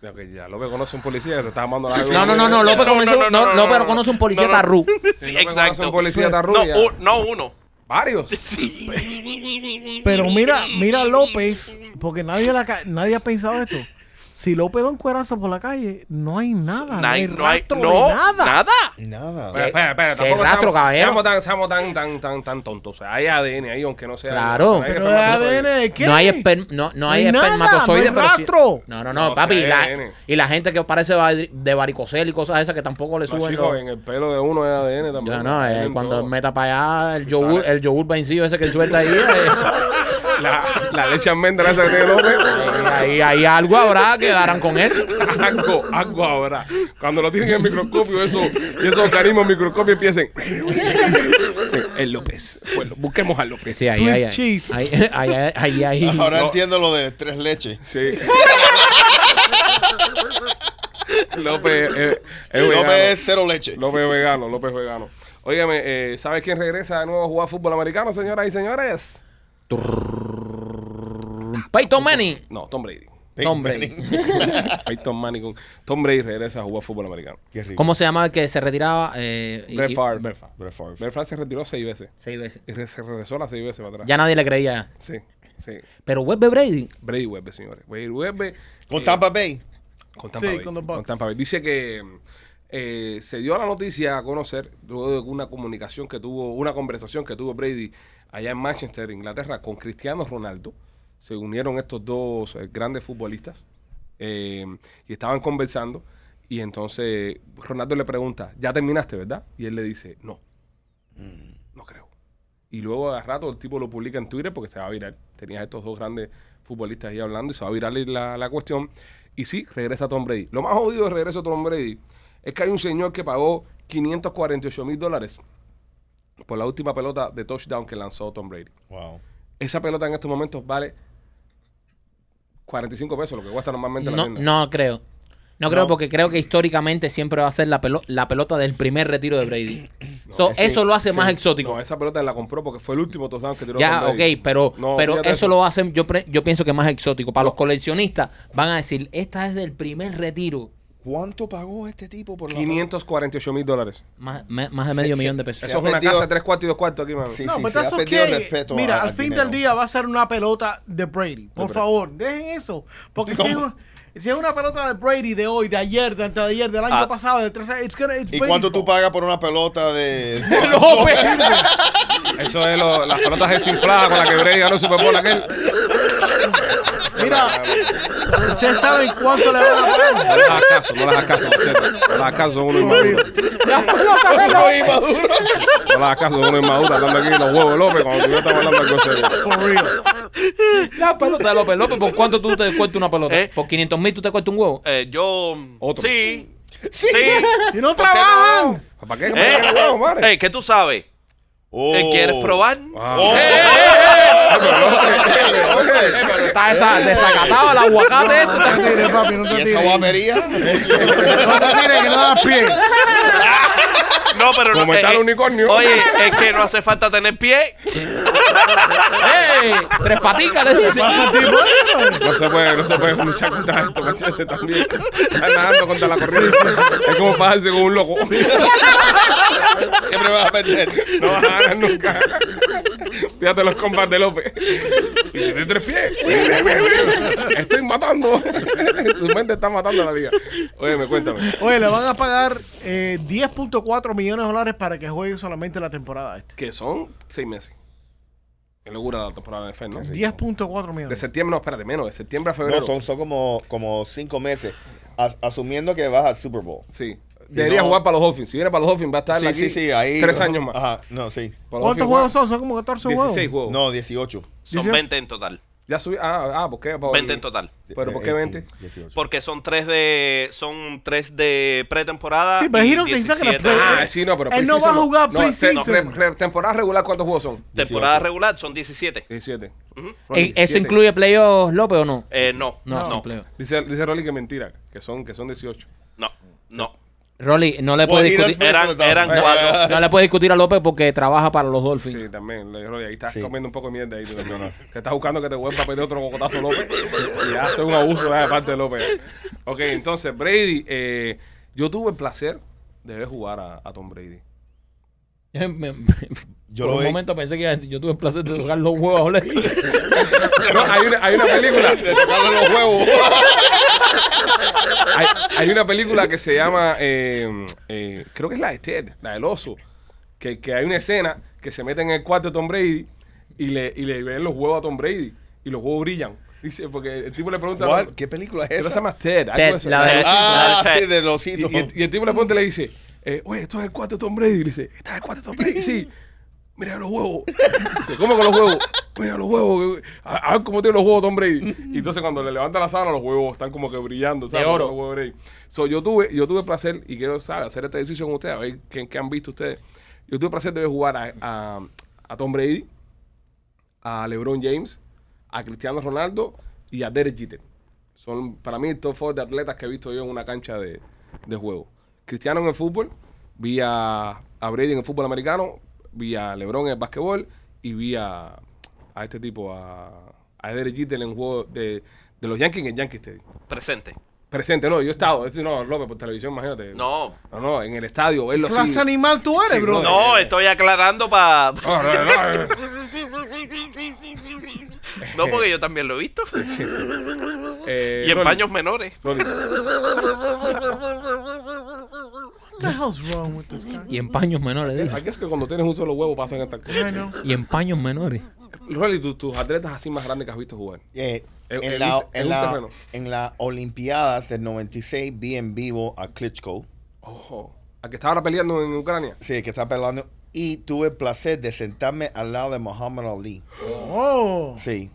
Ya, que ya López conoce un policía que se está amando la
No, no, no, no, López
No,
conoce,
no, no,
no,
no,
López
no, no.
conoce un policía
No, no.
tarru.
Sí,
López conoce
exacto.
un policía
no,
tarrubia.
u- no uno.
Varios.
Sí.
Pero mira, mira López, porque nadie, la ca- nadie ha pensado esto. Si López da un cuerazo por la calle, Ah, no hay nada.
No hay, no hay,
rastro de
no,
nada.
nada.
Nada.
Espera, espera, espera,
sí,
tampoco
rastro,
seamos-
caballero.
seamos tan, seamos tan, tan, tan, tan tontos. O sea, hay ADN ahí, aunque no sea.
Claro.
no hay
Pero
espermatozoide.
ADN de qué?
No hay, esper- no, no hay
No hay nada,
espermatozoides,
no hay
pero sí-
rastro.
No, no, no,
No,
papi.
sí,
y, la,
ADN.
y la gente que parece va- de varicocel y cosas esas que tampoco le
No,
suben
chico,
los-
en el pelo de uno es ADN también.
Ya no, eh,
En
cuando
todo.
meta para allá el yogur, el yogur vencido ese que suelta ahí, eh,
La, la leche almendra esa que tiene López.
ahí, ahí algo habrá que darán con él.
Algo, algo ahora. Cuando lo tienen en el microscopio, eso, y esos organismos microscopio empiecen. El López. Bueno, busquemos a López.
Sí, ahí,
Swiss
ahí, ahí.
cheese.
Ahí, ahí, ahí, ahí, ahí.
[LAUGHS]
Ahora
No.
entiendo lo de tres leches.
Sí. López eh, es
No
vegano.
me es cero leche.
López es vegano, López es vegano. Óigame, eh, ¿sabes quién regresa de nuevo a jugar fútbol americano, señoras y señores?
Peyton Manning.
No, Tom Brady.
Tom Brady.
Peyton Manning. con- Tom Brady regresa a jugar fútbol americano.
Qué rico.
¿Cómo se llamaba el que se retiraba? Eh, y-
Brett
y-
Favre. Brett Favre.
Brett Favre.
Brett Favre se retiró seis veces.
seis veces.
Y re- se regresó las seis veces para atrás.
Ya nadie le creía.
Sí, sí.
Pero Webber Brady.
Brady vuelve, señores. Brady vuelve
Con Tampa Bay.
con Tampa
Sí,
Bay.
con los Bucks.
Tampa Bay. Dice que eh, se dio la noticia a conocer luego de una comunicación que tuvo, una conversación que tuvo Brady allá en Manchester, Inglaterra, con Cristiano Ronaldo. Se unieron estos dos eh, grandes futbolistas eh, y estaban conversando. Y entonces Ronaldo le pregunta, ¿ya terminaste, verdad? Y él le dice, no, no creo. Y luego a rato el tipo lo publica en Twitter porque se va a virar. Tenías estos dos grandes futbolistas ahí hablando y se va a virar la, la cuestión. Y sí, regresa Tom Brady. Lo más jodido de regreso a Tom Brady es que hay un señor que pagó 548 mil dólares por la última pelota de touchdown que lanzó Tom Brady.
Wow.
Esa pelota en estos momentos vale 45 pesos, lo que cuesta normalmente la
No,
tienda.
no creo. No creo
No.
porque creo que históricamente siempre va a ser la, pelo- la pelota del primer retiro de Brady. So,
ese-
eso lo hace más
Sí.
exótico.
No, esa pelota la compró porque fue el último touchdown que tiró
Ya,
Tom Brady.
ok, pero,
No,
pero
fíjate
eso lo hacen, yo, pre- yo pienso que es más exótico. Para los coleccionistas van a decir, esta es del primer retiro,
¿Cuánto pagó este tipo por la
548 mil dólares.
más, me- más de medio
sí.
millón de pesos.
Se
[LAUGHS]
Eso
ha
es una
perdido-
casa de tres cuartos y dos cuartos aquí, mami.
Sí,
No,
sí,
pero
se ha
that's
perdido el
okay.
respeto
Mira,
a-
al
al
fin
dinero.
del día va a ser una pelota de Brady. Por
Brady.
favor, dejen eso. Porque si es, un- si es una pelota de Brady de hoy, de ayer, de antes de ayer, del año
Ah.
pasado, de tres años, it's gonna- it's
¿Y
Brady
cuánto
fault.
tú pagas por una pelota de
López.
Eso es lo- las pelotas desinfladas con las que Brady ganó el Super Bowl aquel.
Mira, ustedes saben cuánto le van a
No
pagar.
las hagas caso, no las hagas caso, muchachos. No las hagas caso, uno inmaduro.
Uno y Maduro?
No las hagas caso, uno inmaduro. Hablando aquí de los huevos de López cuando tú yo estaba hablando de grosería.
For real.
La pelota de López López, ¿por cuánto tú te cuesta una pelota?
¿Eh?
¿Por 500 mil tú te cuesta un huevo?
Eh, yo.
Otro.
Sí. Sí.
Si no
¿Por qué
trabajan.
¿Para qué?
no?
¿Para qué huevos,
Eh,
madre?
eh, ¿Qué tú sabes?
Oh.
Eh, ¿Quieres probar?
Wow.
Está esa, desacatado el aguacate [LAUGHS]
No te tires, papi, [LAUGHS] no
¿Y
te
esa
tires.
guapería?
No te tires, que no das pie.
No, pero no. eh,
Como está el unicornio.
Oye, es que no hace falta tener pie.
¡Eh! Tres paticas le dicen.
No se puede, no se puede luchar contra esto, machete, también. Están nadando contra la corriente. Es como pasarse con un loco.
Siempre vas a perder.
No vas a ganar nunca. Fíjate los combates de López. Y tiene tres pies. Estoy matando. Su mente está matando a la liga. Óyeme, cuéntame.
Oye, le van a pagar eh, 10.4 millones de dólares para que juegue solamente la temporada esta.
Que son seis meses. Qué locura la temporada de NFL, ¿no?
10.4
De
millones.
septiembre, no, espérate, menos. De septiembre a febrero.
No, son, son como, como cinco meses. As- asumiendo que vas al Super Bowl.
Sí. Debería
no-
jugar para los Dolphins. Si viene para los Dolphins, va a estar
Sí,
aquí
sí, sí, ahí.
tres años más. Oh.
Ajá, no, sí.
Para los
¿Cuántos
Dolphins
juegos son? Son como 14
juegan
juegos.
16 juegos.
No, 18.
Son
Dice-
20 en total.
Ya subí. Ah, ah, ¿por qué? Por-
20 en total.
Eh,
¿Pero
este,
por qué 20?
18.
Porque son tres de. Son tres de pretemporada.
Sí, pero
y
Hero se saca la
17
pre- eh,
Ah, sí, no, pero
Él no
preseason
va a jugar
No, te- no,
preseason.
re- re- temporada regular, ¿cuántos juegos son?
Temporada regular son 17.
17.
Ujú.
Rolly,
Eh, ¿Eso
17.
incluye playoffs, López, o no?
Eh, no,
No,
no,
son
no,
playoffs.
Dice, dice Rolly que mentira, que son, que son 18.
no.
Rolly, no le
Well,
puede
he does
discutir.
Eran, eran
Eh,
cuatro.
[LAUGHS]
No le puede discutir a López porque trabaja para los Dolphins.
Sí, también. le- Rolly, ahí estás
Sí.
comiendo un poco de mierda ahí. tú también. Te estás buscando que te vuelva a pedir otro cocotazo López. y hace un abuso de parte de López. Ok, entonces, Brady, eh, yo tuve el placer de ver jugar a, a Tom Brady.
[LAUGHS] Me- me-
Yo
por
lo
un
vi. [LAUGHS]
momento pensé que iba a decir, yo tuve el placer de tocar los huevos a Olery.
[LAUGHS] No, hay una, hay una película.
De tocarle
[LAUGHS]
los huevos.
Hay, hay una película que se llama, eh, eh, creo que es la de Ted, la del oso, que, que hay una escena que se mete en el cuarto de Tom Brady y le, y le ven los huevos a Tom Brady y los huevos brillan. Dice, porque el tipo le pregunta,
¿Cuál? ¿Qué película es
creo que se
esa?
llama Ted. algo
Ted,
así.
la de-
Ah,
Sí.
sí, de los
y, y el- y el tipo le pregunta y le dice, eh, oye, esto es el cuarto de Tom Brady. Y le dice, ¿estás en el cuarto de Tom Brady? Sí. Mira los huevos. Dice, ¿Cómo con los huevos? Mira los huevos. A, a ver cómo tiene los huevos Tom Brady. Y entonces cuando le levanta la sábana, los huevos están como que brillando. ¿sabes?
De oro.
Los huevos de Brady. So, yo tuve, yo tuve placer, y quiero ¿sabes? hacer este ejercicio con ustedes, a ver qué, qué han visto ustedes. Yo tuve placer de ver jugar a, a- a Tom Brady, a LeBron James, a Cristiano Ronaldo y a Derek Jeter. Son para mí el top four de atletas que he visto yo en una cancha de, de juego. Cristiano en el fútbol, vi a, a Brady en el fútbol americano, vi a LeBron en el básquetbol y vi a, a este tipo, a, a Derek Jeter en el juego de, de los Yankees en el Yankee Stadium.
Presente.
Presente, no, yo he estado, es decir, no, López, por televisión, imagínate.
No.
No, no, en el estadio, verlo así.
Clase animal tú eres,
Sí,
bro.
brother.
No, estoy aclarando para.
No, no, no, no.
[LAUGHS] No, porque yo también lo
[LAUGHS]
he visto.
Eh,
Y en
Rolly,
paños menores.
Rolly.
What the hell's wrong with this guy?
y en paños menores, dijo.
Aquí es que cuando tienes un solo huevo pasan estas
I
cosas.
know.
Y en paños menores.
Rolly, tú- tus atletas así más grandes que has visto jugar.
Eh,
Es-
en,
es
la,
un- es
en,
un
la,
terreno.
en las Olimpiadas del 96 vi en vivo a Klitschko,
Ojo. ¿A que estaba ahora peleando en Ucrania?
sí, que está pelando, y tuve el placer de sentarme al lado de Muhammad Ali.
Oh.
Sí.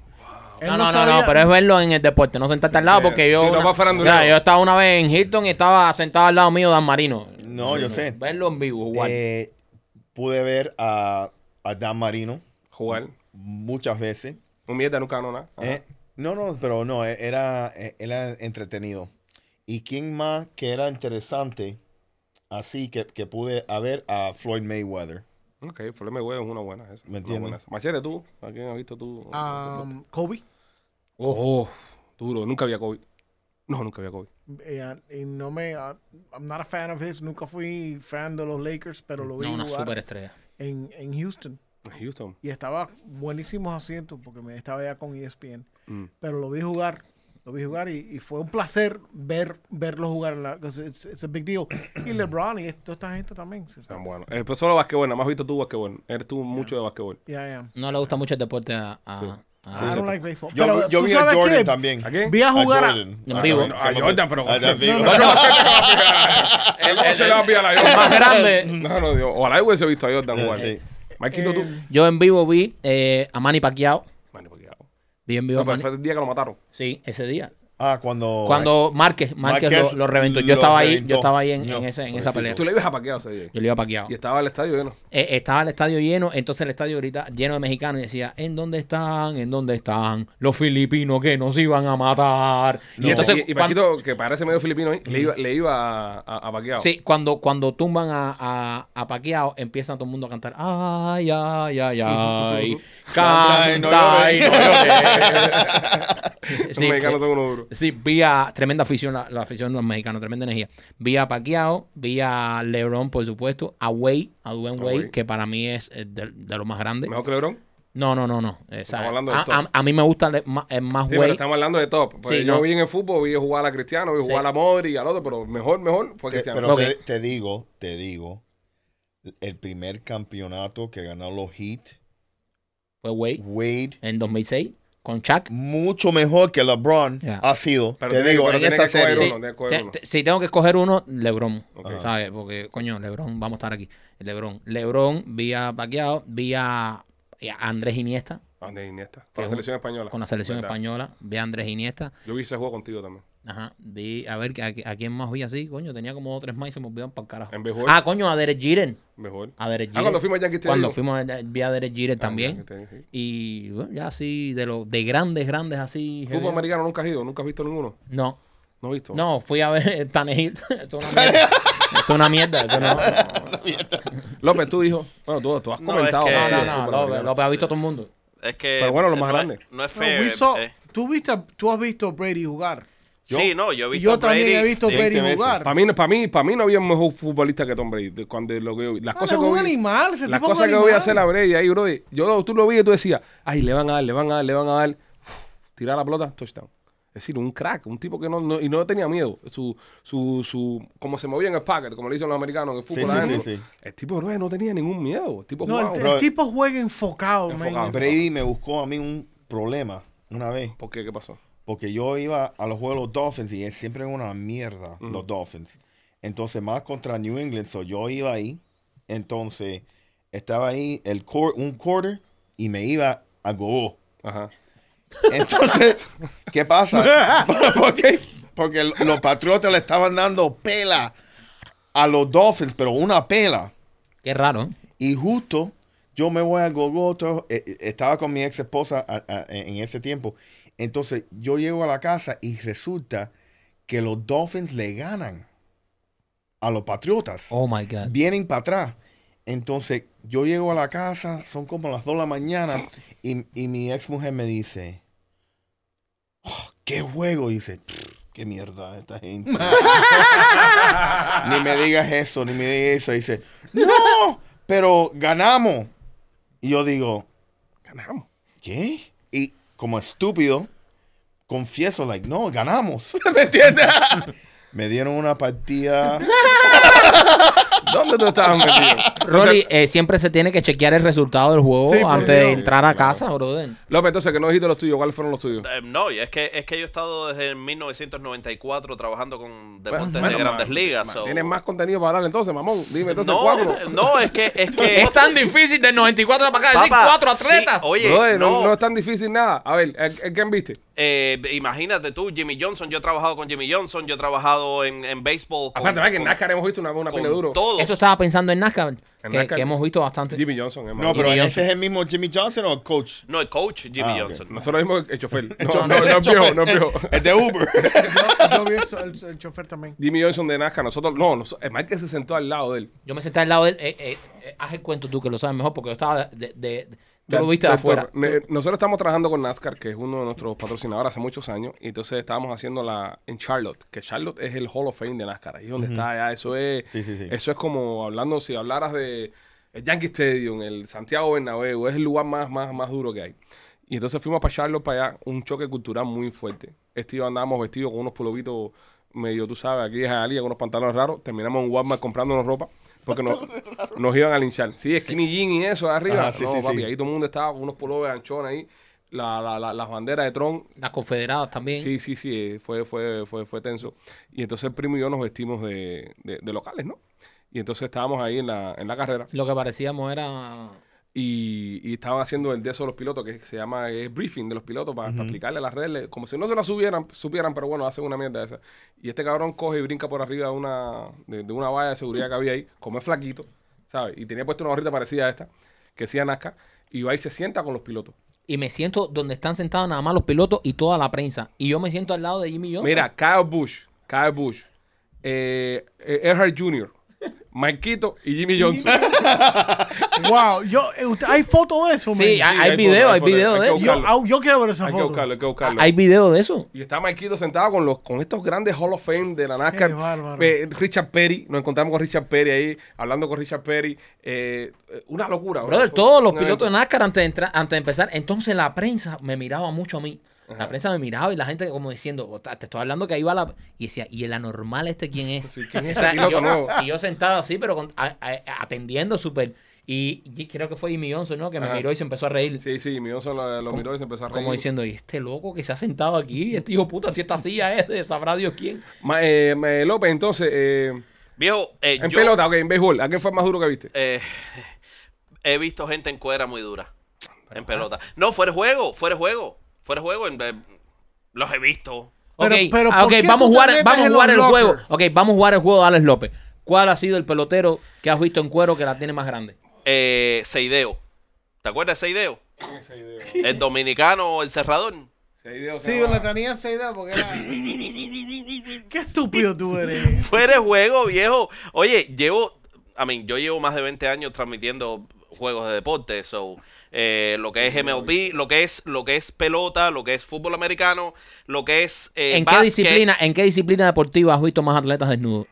Él
no, no, no,
sabía-
no, pero es verlo en el deporte, no sentarte al lado
sí.
porque yo.
Sí, no
una-
va faranduleo.
Ya, yo estaba una vez en Hilton y estaba sentado al lado mío Dan Marino.
No, yo sé.
Verlo en vivo, igual.
Eh, pude ver a, a Dan Marino
Jugar.
muchas veces.
Un mierda, nunca ganó nada. Ajá.
Eh, no, no, pero no, eh, era, eh, era entretenido. ¿Y quién más que era interesante? Así que, que pude a ver a Floyd Mayweather.
Ok, problema de huevo es una buena. Esa,
¿Me
Una
entiendes?
buena esa. Machete, tú. ¿A quién has visto tú?
Ah,
Um, Kobe.
Ojo. Duro. Nunca había COVID. No, nunca había COVID.
Eh, y no me. ah, I'm not a fan of his. Nunca fui fan de los Lakers, pero lo vi
no, una
jugar
superestrella.
en, en Houston.
Houston.
Y estaba buenísimos asientos porque me estaba ya con E ESPN.
Mm.
Pero lo vi jugar. Lo vi jugar y, y fue un placer ver verlo jugar. En la, 'cause it's, it's a big deal.
[CLEARS THROAT]
y LeBron y toda esta gente también. ¿sí?
Tan bueno. Eh, pero solo basquetbol. Nada más has visto tú basquetbol. Eres tú mucho de
[LAUGHS]
basquetbol.
Yeah, yeah.
No le gusta mucho el deporte a. a- a-
I don't like baseball.
Ah, Yo,
Pero,
yo
¿tú
vi a
sabes
Jordan
qué?
también.
¿A quién?
Vi a jugar a-
Ah,
vivo.
también,
A
se
Jordan,
me-
pero-
a Jordan.
No, no,
Él no se le va a pillar a Jordan.
Más grande.
No, no, Dios. Ojalá hubiese visto a Jordan jugar.
Eh, Sí.
Maquito, tú.
Yo en vivo vi eh, a Manny Pacquiao.
Mano, porque ya-
Vi en vivo
No,
a
pero
Manny.
fue el día que lo mataron.
Sí, ese día.
Ah, cuando...
Cuando Márquez, Márquez,
Márquez
lo, lo reventó.
lo
Yo estaba ahí,
reventó.
yo estaba ahí en,
No,
en ese- en esa pelea.
pobrecito.
Tú le ibas a paquear ese día.
Yo le iba Pacquiao.
Y estaba el estadio lleno.
Eh, estaba el estadio lleno, entonces el estadio ahorita lleno de mexicanos y decía, ¿en dónde están? ¿En dónde están? Los filipinos que nos iban a matar.
Y,
Y entonces,
y, y
cuan-
Paquito, que parece medio filipino, ahí,
Mm.
le iba, le iba a, a, a Pacquiao.
sí, cuando, cuando tumban a, a, a Pacquiao, empiezan todo el mundo a cantar, ay, ay, ay, ay,
Canta y no
canta y no
[LAUGHS]
llores". [LAUGHS]
Los
Sí,
mexicanos
que-
son unos duros.
Sí, vi a tremenda afición, la, la afición de los mexicanos, tremenda energía. Vi a Pacquiao, vi a LeBron, por supuesto, a Wade, a Dwayne
A
Wade,
Wade.
que para mí es eh, de, de lo más grande.
Mejor que Lebron.
No, no, no, no. Eh, o sea,
hablando de
a,
todo.
a- a mí me gusta le- ma- eh, más
Sí,
Wade.
pero estamos hablando de top. Pues
Sí,
yo
no.
vi en el fútbol, vi jugar a Cristiano, vi jugar a Modri y al otro, pero mejor, mejor fue
Te-
Cristiano.
pero te,
Ok.
te digo, te digo, el primer campeonato que ganó los Heat,
Fue Wade
Wade,
en 2006 con Chuck.
mucho mejor que LeBron
Ya.
ha sido.
Pero
te
tiene-
digo,
pero
en
tiene
esa
que coger
serie.
uno,
Sí,
tiene que coger
te-
uno.
te- si tengo que escoger uno, LeBron.
Ok.
¿Sabes? Porque, coño, LeBron, vamos a estar aquí. LeBron. LeBron, vía Pacquiao, vía eh, Andrés Iniesta.
Andrés Iniesta.
Que
Con la
es un-
selección española.
Con la selección
¿Verdad?
española, ve a Andrés Iniesta.
Yo vi ese juego contigo también.
Ajá, vi, a ver, ¿a, a quién más vi así? Coño, tenía como dos o tres más y se me olvidaron para el carajo.
En Bejuel.
Ah, coño, a Derek Giren.
Mejor.
A Derek Jeter.
Ah, cuando fuimos a Yankee Stadium.
Cuando fuimos a, vi a Derek
Ah,
Jeter también.
Yankee Stadium, sí.
Y bueno, ya así, de los de grandes, grandes así.
Fútbol
heavy.
americano nunca has ido, nunca has visto ninguno.
No,
No he visto.
no, fui a ver [LAUGHS] Tanegil. es una mierda. [LAUGHS] es una mierda. Eso no,
López, tú dijo. Bueno, tú, tú has
No,
comentado.
es que-
no,
bastante
no,
de fútbol
no, López,
americano.
López ha visto a todo el mundo.
Es que.
Pero bueno, lo más
no es-
grande.
no es
No,
fair.
we saw-
eh.
¿tú, viste, a- tú has visto a Brady jugar.
Sí, no, yo he
Y
visto
yo
a Brady.
también he visto a
sí.
Brady
20 veces.
jugar.
Para mí, para mí, para mí no había un mejor futbolista que Tom Brady. de- Cuando lo que yo vi. Las
Ah,
cosas
es
que
un
voy,
animal, ese
las
tipo es un
cosas que voy a
animal.
hacer a Brady ahí, bro. Yo tú lo vi y tú decías, ay, le van a dar, le van a dar, le van a dar. Uf, Tirar la pelota, touchdown. Es decir, un crack, un tipo que no, no- y no tenía miedo. Su, su, su, como se movía en el packet, como le dicen los americanos en el
Sí,
fútbol.
sí,
adentro,
sí, sí.
El tipo bro, no tenía ningún miedo. El tipo
No,
jugaba.
el, el
Bro.
tipo juega enfocado, man.
Enfocado.
Brady me buscó a mí un problema una vez.
¿Por qué? ¿Qué pasó?
Porque yo iba a los juegos de los Dolphins y es siempre una mierda los Dolphins. Entonces, más contra New England, so yo iba ahí. Entonces, estaba ahí el quar- un quarter y me iba a go.
Ajá.
Entonces, ¿qué pasa? [LAUGHS] Porque, porque los Patriotas le estaban dando pela a los Dolphins, pero una pela.
Qué raro, ¿eh?
Y justo yo me voy a Gogoto, eh, eh, estaba con mi ex esposa a- a- en ese tiempo. Entonces yo llego a la casa y resulta que los Dolphins le ganan a los Patriotas.
Oh my
[LAUGHS]
God.
Vienen para atrás. Entonces yo llego a la casa, son como las 2 de la mañana y, y mi ex mujer me dice, "Oh, ¿qué juego? Y dice, "Pff, qué mierda esta gente. ni me digas eso, ni me digas eso. Y dice, no, pero ganamos. Y yo digo,
Ganamos.
¿qué? Y como estúpido, confieso, like, no, ganamos. [LAUGHS] ¿Me entiendes? me dieron una partida.
¿Dónde tú estabas metido?
Rolly, eh, siempre se tiene que chequear el resultado del juego
Sí,
antes
claro.
de entrar a
Claro.
casa, brother.
López, entonces, que no dijiste los tuyos. ¿Cuáles fueron los tuyos?
Eh, no, y es que, es que yo he estado desde 1994 trabajando con
Bueno,
deportes
bueno,
de grandes
ma-
ligas.
ma-
so-
Tienes más contenido para hablar entonces, mamón. Dime entonces
no,
cuatro.
[LAUGHS] no, es que.
[LAUGHS]
Es que
Es tan difícil del 94 para acá decir
Papá,
cuatro
sí,
atletas.
oye,
Brother, no.
no,
no es tan difícil nada. A ver, ¿el, el quién viste?
eh, imagínate tú, Jimmy Johnson. Yo he trabajado con Jimmy Johnson, yo he trabajado en, en béisbol. con-
Aparte, va que en
con-
NASCAR hemos visto una, una
con
pila duro.
todos.
Eso estaba pensando en NASCAR, que,
NASCAR.
que hemos visto bastante.
Jimmy Johnson, hermano.
No, pero
Jimmy
ese es el mismo Jimmy Johnson o el coach.
No, el coach Jimmy
Ah, ok.
Johnson.
Nosotros vimos el chofer. No, no,
Chofer,
no es viejo,
chofer.
no es
[LAUGHS]
viejo.
El
[LAUGHS]
de Uber.
Yo, yo vi eso, el, el chofer también.
Jimmy Johnson de NASCAR, nosotros, no, nos- es más que se sentó al lado de él.
Yo me senté al lado de él. eh, eh, eh, haz el cuento tú que lo sabes mejor porque yo estaba de. de- de- tú lo viste de
Del
afuera.
Toro. Ne- Nosotros estamos trabajando con NASCAR, que es uno de nuestros patrocinadores hace muchos años, y entonces estábamos haciendo la en Charlotte, que Charlotte es el Hall of Fame de NASCAR, ahí es donde está ya, eso es,
Sí, sí, sí.
eso es como hablando, si hablaras de el Yankee Stadium, el Santiago Bernabéu, es el lugar más, más, más duro que hay. Y entonces fuimos para Charlotte para allá, un choque cultural muy fuerte. Este y yo andábamos vestidos con unos pulovitos medio, tú sabes, aquí es Ali, con unos pantalones raros, terminamos en Walmart comprándonos ropa. Porque nos, nos iban a linchar. Sí, skinny jean y eso arriba.
Ajá, sí,
no,
sí,
papi,
sí.
ahí y todo el mundo estaba con unos polos de anchón ahí, la- la- la- las banderas de Tron.
Las confederadas también.
Sí, sí, sí, eh, fue, fue, fue, fue tenso. Y entonces el primo y yo nos vestimos de, de- de locales, ¿no? Y entonces estábamos ahí en la, en la carrera
Lo que parecíamos era.
y, y estaban haciendo el de eso de los pilotos, que se llama es briefing de los pilotos para, explicarle las reglas, como si no se las subieran, supieran, pero bueno, hacen una mierda esa. Y este cabrón coge y brinca por arriba de una, de, de una valla de seguridad que había ahí, como es flaquito, ¿sabes? Y tenía puesto una gorrita parecida a esta, que decía Nazca, y va y se sienta con los pilotos.
Y me siento donde están sentados nada más los pilotos y toda la prensa. Y yo me siento al lado de Jimmy Johnson.
Mira, Kyle Bush, Kyle Bush, eh, eh, Earhart Jr., Marquito y
[LAUGHS]
Jimmy Johnson.
Wow, yo, eh, usted- hay fotos de eso,
Sí,
man.
hay- hay video, hay video de
eso.
eso.
yo, au- yo quiero ver esa
Hay que
foto.
buscarlo, hay que buscarlo.
Ah, hay video de eso.
Y está Marquito sentado con los con estos grandes Hall of Fame de la NASCAR.
Qué bárbaro.
Pe- Richard Perry, nos encontramos con Richard Perry ahí, hablando con Richard Perry. eh, eh, una locura.
Brother,
Fue
todos los
un
pilotos de
evento.
NASCAR antes de, entrar, antes de empezar. Entonces la prensa me miraba mucho a mí. La prensa me miraba y la gente como diciendo, "Ota, te estoy hablando que ahí va la... Y decía, ¿y el anormal este
[LAUGHS]
quién es?
Sí, ¿quién es
O sea,
ese piloto
y, yo,
nuevo?
y yo sentado así, pero con- a- a- atendiendo súper. Y, y creo que fue Jimmy Johnson, ¿no? Que me
Ajá.
miró y se empezó a reír.
Sí, sí, mi oso lo, lo miró y se empezó a reír.
Como diciendo, y este loco que se ha sentado aquí, este hijo puta, si esta silla es de sabrá Dios quién.
Ma- eh, ma- López, entonces, eh,
Viejo, eh,
en
yo
pelota, ok, en béisbol, ¿a quién fue el más duro que viste?
eh, he visto gente en cuera muy dura. en pelota. No, fuera de juego, fuera de juego. Fuera de juego, en- en- los he visto.
Ok,
Pero- pero
ah,
¿por
ok,
qué
vamos a
tú te
jugar,
metes
vamos a
en
jugar
los
el
lockers?
juego. Ok, vamos a jugar el juego de Alex López. ¿Cuál ha sido el pelotero que has visto en cuero que la tiene más grande?
Eh, Seideo. ¿Te acuerdas de Seideo? El dominicano, el cerrador.
Sí, yo la tenía esa idea porque era...
[LAUGHS]
Qué estúpido tú eres.
Fuera de juego, viejo. Oye, llevo, a mí, yo llevo más de 20 años transmitiendo juegos de deporte, so eh, lo que es MLB, lo que es lo que es pelota, lo que es fútbol americano, lo que es eh,
¿En qué
básquet,
disciplina, en qué disciplina deportiva has visto más atletas desnudos?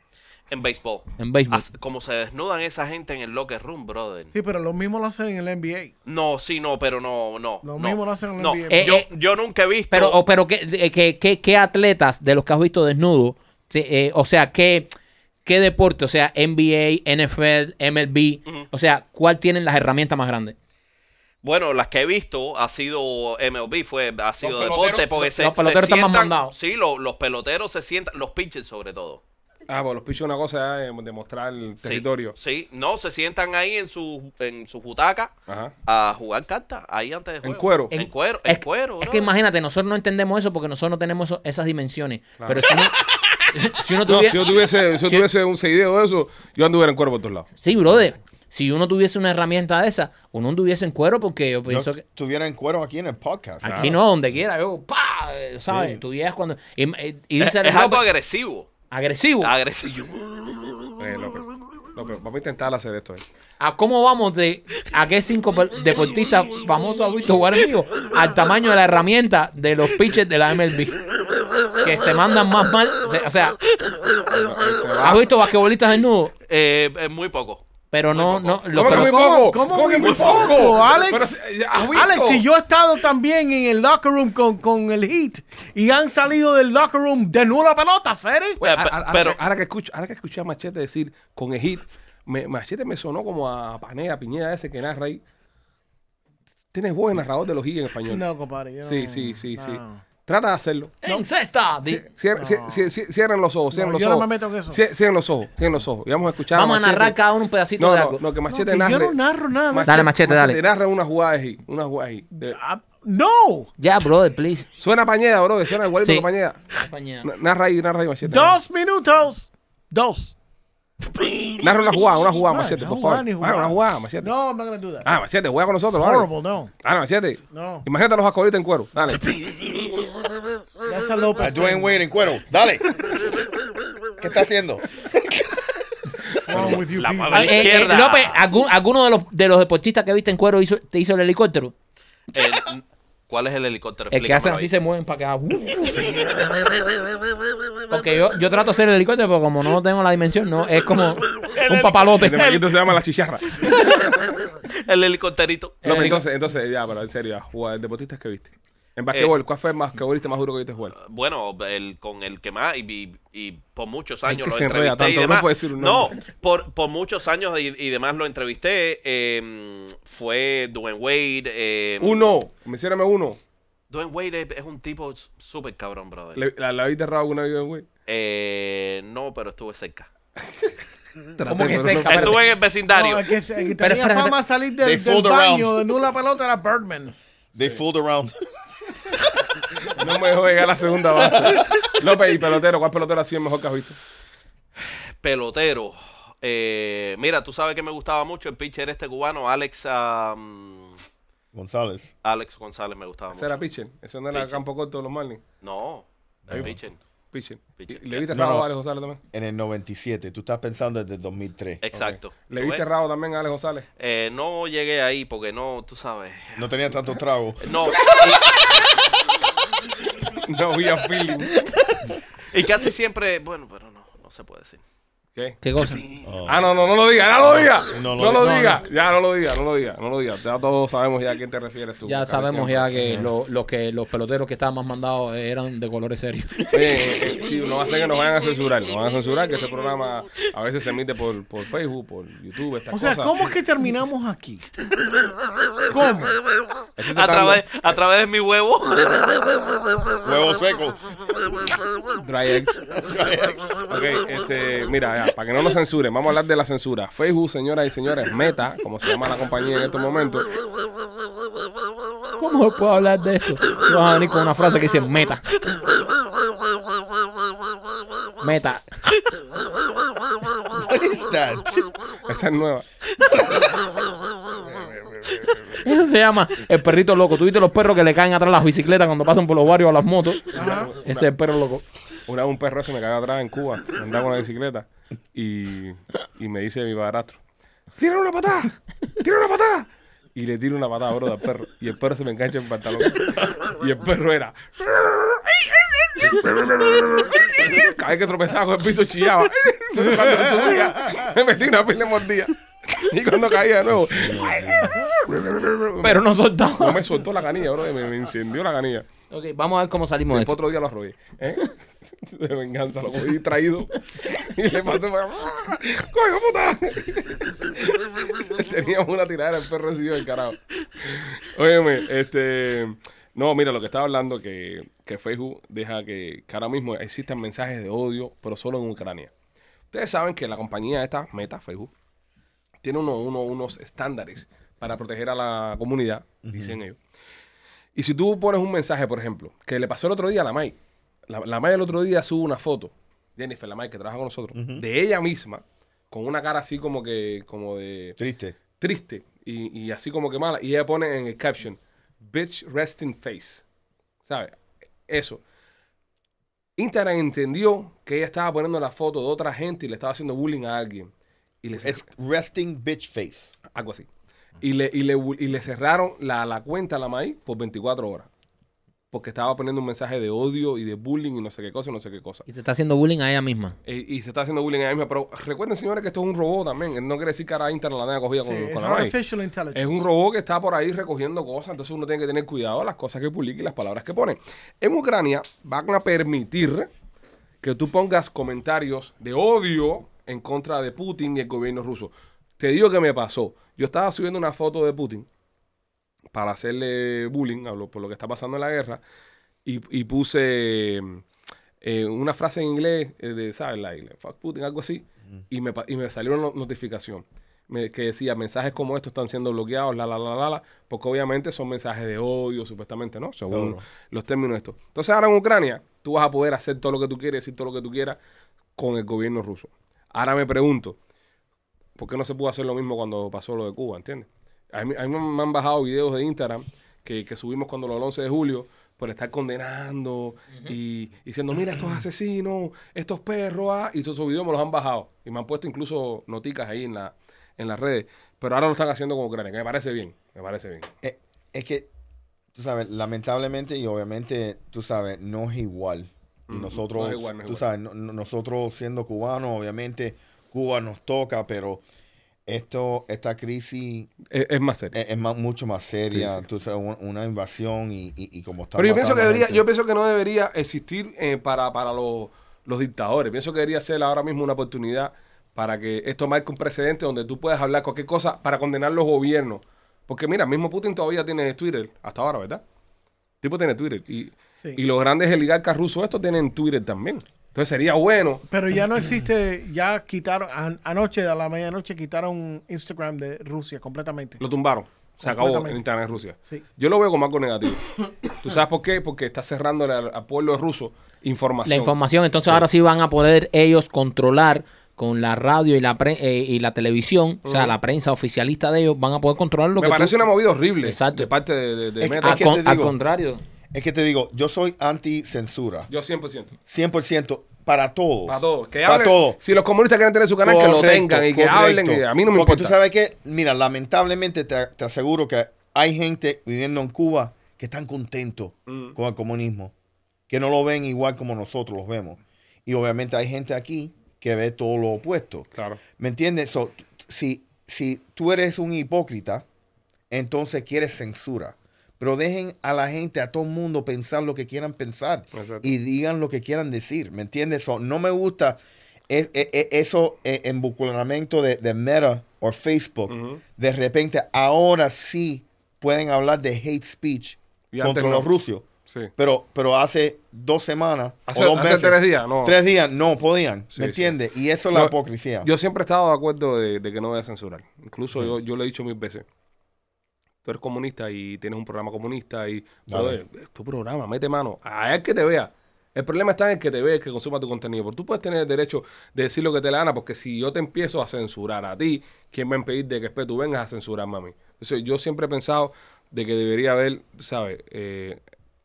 en béisbol.
En béisbol.
As- Como se desnudan esa gente en el locker room, brother.
Sí, pero lo mismo lo hacen en el NBA.
No, sí, no, pero no, no.
Lo
no.
mismo lo hacen en la
No,
NBA.
yo,
Eh, eh.
yo nunca he visto.
Pero, o- pero ¿qué, eh, qué, qué- qué atletas de los que has visto desnudo? sí, eh, o sea, ¿qué, ¿qué deporte? O sea, NBA, NFL, MLB. O sea, ¿cuál tienen las herramientas más grandes?
Bueno, las que he visto ha sido MLB, fue, ha sido
peloteros-
deporte, porque
los-
se,
los peloteros
se
están más
sientan-
mandados.
Sí, lo- los peloteros se sientan, los pitchers sobre todo.
Ah, bueno, los pichos una cosa es demostrar el
Sí,
territorio.
Sí, no, se sientan ahí en su, en su butaca
Ajá.
a jugar cartas, ahí antes de juego.
cuero.
En, cuero, en
es,
cuero.
Es
bro.
que imagínate, nosotros no entendemos eso porque nosotros no tenemos eso- esas dimensiones. Pero si
[LAUGHS]
uno, si uno
No,
tuviera...
si yo
[LAUGHS]
tuviese, si yo
si-
tuviese un seideo de eso, yo anduviera en cuero por todos lados.
Sí, brother. Si uno tuviese una herramienta de esa, uno anduviese en cuero porque yo
Yo
pienso Pues que...
estuviera en cuero aquí en el podcast.
Ah.
Aquí no, donde quiera, yo, pa, eh, ¿sabes? Tú llegas cuando... Y, y- y dice
es, es
Alex
algo Ah,
López,
agresivo.
agresivo.
Agresivo.
Eh, López. López, vamos a intentar hacer esto. eh.
¿A cómo vamos de a qué cinco pel- deportistas famosos has visto jugar en vivo? Al tamaño de la herramienta de los pitchers de la MLB. Que se mandan más mal. se- O sea,
Bueno, eh, se va.
has visto basquetbolistas desnudos,
Eh, es muy poco.
pero no, no. Los
¿Cómo que muy
pelos-
poco?
¿Cómo-
¿Cómo que muy poco? Pero,
Alex,
eh, ¿has visto?
Alex, si yo he estado también en el locker room con, con el Heat y han salido del locker room de nulo pelota, ¿serio?
Eh,
Oye,
Ah,
pe-
ah, ahora,
pero,
que, ahora que escucho, ahora que escuché a Machete decir con el hit, me- Machete me sonó como a Panea, Piñera ese que narra ahí. Tienes voz de narrador de los hits en español.
No, compadre. yo
sí,
no-
sí, sí, sí.
no. Eh,
Trata de hacerlo.
¡En cesta! Di-
Cier- cier- cier- cier- cierren los ojos, cierren
No,
los
yo no
ojos.
me meto en eso.
Cier- Cierren los ojos, cierren los ojos. Y vamos a escuchar
Vamos a
Machete.
narrar cada uno un pedacito
No,
de
no,
algo.
no, que
No,
Machete
que
narre.
yo no narro nada. más.
Dale, Machete, dale.
narra una jugada de hit, una jugada de hit. De-
Ah, No.
Ya, brother, please.
Suena Pañeda, bro, que suena igualito
Sí.
que Pañeda. Na- Narra ahí, narra ahí, Machete.
Dos minutos. Dos.
Narra una jugada, una jugada,
No,
Machete,
no
por
jugada
favor.
ni
Ah,
jugada.
Una jugada, Machete.
No, I'm not gonna do that.
Ah, Machete, juega con
It's
nosotros, vale.
horrible, no.
Ah, no, Machete.
No.
Imagínate a los jacobitos en cuero.
[LAUGHS]
Dale.
That's a
A
Lopez.
Dwayne
thing.
Wade Ah, en cuero. Dale. [LAUGHS] ¿Qué está haciendo?
What's wrong with you
La
people?
madre-
Ah, eh, eh,
Izquierda.
López, ¿algún- ¿alguno de los, de los deportistas que viste en cuero hizo, te hizo el helicóptero?
el- ¿cuál es el helicóptero?
El que hacen
Explícamelo
así
ahí.
se mueven para acá. uh. Porque yo, yo trato de hacer el helicóptero, pero como no tengo la dimensión, no, es como un papalote.
El de Maquito se llama la chicharra.
El helicópterito.
No, pero entonces, entonces, ya, pero en serio, ya, jugador, deportistas que viste. En basquetbol, ¿cuál fue el basquetbolista más duro que viste jugar?
Bueno, el, con el que más y, y- y por muchos años
que
lo
se enreda
entrevisté y
tanto, no
demás.
puede decir un
No,
nombre.
por, por muchos años y, y demás lo entrevisté. eh, fue Dwayne Wade. eh,
Uno, mencióname uno.
Dwayne Wade es, es un tipo súper cabrón, brother.
Le- ¿La, la viste raro alguna vez, güey?
Eh, no, pero estuve cerca.
¿Cómo que
Pero
seca?
no-
Espérate.
Estuve en el vecindario.
No, el que, el que
Pero,
tenía
espérate.
fama de salir
They
del, del
fooled
baño
around.
de nula pelota era Birdman.
They fooled around. [LAUGHS]
No me dejó llegar a la segunda
[LAUGHS]
base. López y pelotero, ¿cuál pelotero ha sido el mejor que has visto?
Pelotero. eh, mira, tú sabes que me gustaba mucho el pitcher este cubano, Alex um,
González.
Alex González me gustaba
Ese era
mucho.
pitcher. Eso no era
Pitcher.
campo corto de los Marlins.
No, el pitcher.
Pitcher. Y-
Pitcher.
¿Le viste
No,
raro
no.
a Alex González también?
En el 97. Tú estás pensando desde el 2003.
Exacto.
¿Le
¿Tú
viste
ves?
raro también a Alex González?
Eh, no llegué ahí porque no, tú sabes.
No tenía tanto trago.
[LAUGHS]
No.
No había feeling.
Y, y casi siempre, bueno, pero no, no se puede decir.
¿Qué?
¿Qué cosa?
Ah, no, no, no lo diga, no lo diga. No
No
lo,
lo
diga.
diga.
Ya no lo diga, no lo diga, no lo diga. Ya todos sabemos ya a quién te refieres tú.
Ya
Casi
sabemos
siempre.
ya que, Eh, lo- lo que los peloteros que estaban más mandados eran de colores serios.
Oye, eh, eh, sí, no va a ser que nos vayan a censurar. Nos van a censurar que este programa a veces se emite por, por Facebook, por YouTube, estas
O sea,
cosas.
¿cómo es que terminamos aquí? ¿Cómo?
Eh, Estoy
A
tratando-
través, a través de mi huevo. [LAUGHS]
Huevo seco.
Dry Eggs. Ok, este, mira, ya, para que no nos censuren, vamos a hablar de la censura. Facebook, señoras y señores, Meta, como se llama la compañía en estos momentos,
¿Cómo puedo hablar de esto? Tú vas a venir con una frase que dice meta. Meta.
What is that?
Esa es nueva.
Eso se llama el perrito loco. Tú viste los perros que le caen atrás a las bicicletas cuando pasan por los barrios a las motos. Ese es el perro loco.
Una vez un perro se me cagó atrás en Cuba, andaba con la bicicleta y, y me dice mi padrastro, ¡tira una patada! ¡Tira una patada! Y le tiro una patada, bro, al perro. Y el perro se me engancha en el pantalón. Y el perro era... Cada vez que tropezaba con el piso chillaba. Entonces, cuando se subía, me metí una pila mordida. Y cuando caía de nuevo,
Pero no
no
soltaba.
me soltó la canilla, bro. y Me, me incendió la canilla.
Ok, vamos a ver cómo salimos de
Después
esto.
otro día lo arrollé. ¿eh? [LAUGHS] De venganza, lo cogí traído. [LAUGHS] Y le pasé por ¡Coño, puta! [LAUGHS] Teníamos una tirada el perro recibió el carajo. Óyeme, este. No, mira, lo que estaba hablando que, que Facebook deja que, que ahora mismo existan mensajes de odio, pero solo en Ucrania. Ustedes saben que la compañía esta, Meta, Facebook, tiene uno- uno- unos estándares para proteger a la comunidad, dicen ellos. Y si tú pones un mensaje, por ejemplo, que le pasó el otro día a la May. La, la May el otro día sube una foto, Jennifer, la May que trabaja con nosotros, de ella misma, con una cara así como que, como de
Triste.
triste y, y así como que mala. Y ella pone en el caption, bitch rest in face. ¿Sabes? Eso. Instagram entendió que ella estaba poniendo la foto de otra gente y le estaba haciendo bullying a alguien. Y le
It's resting bitch face.
algo así. Y le, y le, y le cerraron la, la cuenta a la May por 24 horas. Porque estaba poniendo un mensaje de odio y de bullying y no sé qué cosa, y no sé qué cosa.
Y se está haciendo bullying a ella misma.
Eh, Y, se está haciendo bullying a ella misma. Pero recuerden, señores, que esto es un robot también. No quiere decir que ahora Internet la tenga cogida
Sí,
con,
es
con la May.
artificial intelligence.
Es un robot que está por ahí recogiendo cosas, entonces uno tiene que tener cuidado de las cosas que publica y las palabras que pone. En Ucrania van a permitir que tú pongas comentarios de odio en contra de Putin y el gobierno ruso. Te digo que me pasó. Yo estaba subiendo una foto de Putin para hacerle bullying hablo por lo que está pasando en la guerra y, y puse eh, una frase en inglés eh, de, ¿sabes? Like, fuck Putin, algo así. Y me, pa- y me salió una notificación me- que decía, mensajes como estos están siendo bloqueados, la, la, la, la, la, porque obviamente son mensajes de odio, supuestamente, ¿no? Según los términos de esto. Entonces ahora en Ucrania, tú vas a poder hacer todo lo que tú quieres, decir todo lo que tú quieras con el gobierno ruso. Ahora me pregunto, ¿por qué no se pudo hacer lo mismo cuando pasó lo de Cuba, entiendes? A mí, a mí me han bajado videos de Instagram que, que subimos cuando lo del 11 de julio por estar condenando y diciendo, mira, estos asesinos, estos perros, ah", y todos esos videos me los han bajado. Y me han puesto incluso noticas ahí en, la, en las redes. Pero ahora lo están haciendo con Ucrania, que me parece bien, me parece bien.
Eh, es que, tú sabes, lamentablemente y obviamente, tú sabes, no es igual. Y nosotros,
no es igual, no es
tú
igual.
sabes, no- no- nosotros siendo cubanos, obviamente Cuba nos toca, pero esto, esta crisis
Es, es más serio.
es, es más- mucho más seria.
Sí, sí.
Tú sabes, un- una invasión y, y, y como está.
Pero yo pienso que debería, yo pienso que no debería existir eh, para, para los, los dictadores. Pienso que debería ser ahora mismo una oportunidad para que esto marque un precedente donde tú puedas hablar cualquier cosa para condenar los gobiernos. Porque mira, mismo Putin todavía tiene Twitter, hasta ahora, ¿verdad? El tipo tiene Twitter. Y,
Sí.
y los grandes oligarcas rusos estos tienen Twitter también. Entonces sería bueno.
Pero ya no existe, ya quitaron, an- anoche, a la medianoche, quitaron Instagram de Rusia completamente.
Lo tumbaron. Se acabó el
Completamente.
internet en Rusia.
Sí.
Yo lo veo como algo negativo. ¿Tú sabes por qué? Porque está cerrando al, al pueblo ruso información.
La información, entonces ahora sí van a poder ellos controlar con la radio y la pre- eh, y la televisión, o sea, la prensa oficialista de ellos van a poder controlar lo
Me
que
parece
tú-
una movida horrible
Exacto.
de parte de, de- de
Es que-
Meta.
es
Al
que-
con-
te
al
digo.
contrario.
Es que te digo, yo soy anti censura.
Yo 100%.
100% para todos.
Para todos. Que
para
hablen-
todos.
Si los comunistas quieren tener su canal, que lo
Correcto,
tengan y que
correcto.
hablen. y a mí no me
Porque
importa.
tú sabes que, mira, lamentablemente te, te aseguro que hay gente viviendo en Cuba que están contentos con el comunismo, que no lo ven igual como nosotros los vemos. Y obviamente hay gente aquí que ve todo lo opuesto.
Claro.
¿Me entiendes? So, t- si, si tú eres un hipócrita, entonces quieres censura. Pero dejen a la gente, a todo el mundo pensar lo que quieran pensar
Exacto.
y digan lo que quieran decir. ¿Me entiendes? So, no me gusta e- e- e- eso eh, embuculamiento de, de Meta o Facebook. De repente, ahora sí pueden hablar de hate speech
Y antes
contra
no.
los rusos.
Sí.
Pero, pero hace dos semanas
Hace-
o dos
hace
meses.
tres días, no.
Tres días, no podían.
Sí,
¿Me
sí.
entiendes? Y eso es la
No,
hipocresía.
Yo siempre he estado de acuerdo de, de que no voy a censurar. Incluso yo, yo lo he dicho mil veces. tú eres comunista y tienes un programa comunista y, brother, es tu programa, mete mano, a el que te vea. El problema está en el que te ve, el que consuma tu contenido. Porque tú puedes tener el derecho de decir lo que te la gana, porque si yo te empiezo a censurar a ti, ¿quién va a impedir de que después tú vengas a censurarme a mí? Entonces, yo siempre he pensado de que debería haber, ¿sabes? Eh,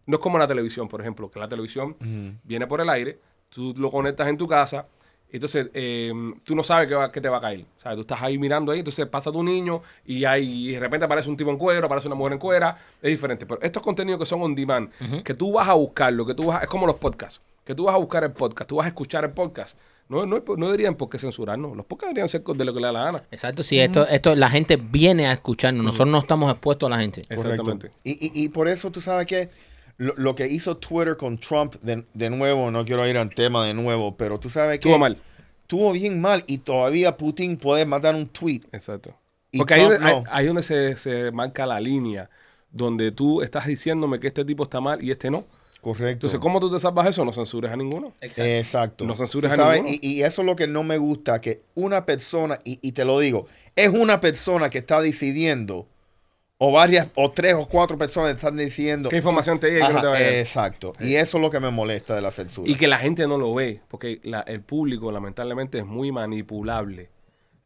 no es como la televisión, por ejemplo, que la televisión viene por el aire, tú lo conectas en tu casa, entonces eh, tú no sabes qué, va- qué te va a caer. O sea, tú estás ahí mirando ahí, entonces pasa tu niño y, ahí, y de repente aparece un tipo en cuero, aparece una mujer en cuera, es diferente. Pero estos contenidos que son on demand, que tú vas a buscarlo, que tú vas a- es como los podcasts, que tú vas a buscar el podcast, tú vas a escuchar el podcast. No, no, no deberían por qué censurarnos. Los podcasts deberían ser de lo que le da la gana.
Exacto, sí, esto, esto, la gente viene a escucharnos, nosotros no estamos expuestos a la gente.
Correcto.
Exactamente.
Y, y- y por eso tú sabes que lo, lo que hizo Twitter con Trump, de, de nuevo, no quiero ir al tema de nuevo, pero tú sabes que.
Estuvo mal.
Estuvo bien mal y todavía Putin puede mandar un tweet.
Exacto.
Y
Porque ahí,
Trump
ahí-
no.
ahí donde se, se marca la línea, donde tú estás diciéndome que este tipo está mal y este no.
Correcto.
Entonces, ¿cómo tú te salvas eso? No censures a ninguno.
Exacto.
No censuras
Tú
a
sabes,
ninguno.
y, y eso es lo que no me gusta, que una persona, y, y te lo digo, es una persona que está decidiendo, o varias, o tres o cuatro personas están decidiendo.
¿Qué información te llega y qué no te va
Ajá,
a llegar?
exacto. Y eso es lo que me molesta de la censura.
Y que la gente no lo ve, porque la- el público lamentablemente es muy manipulable.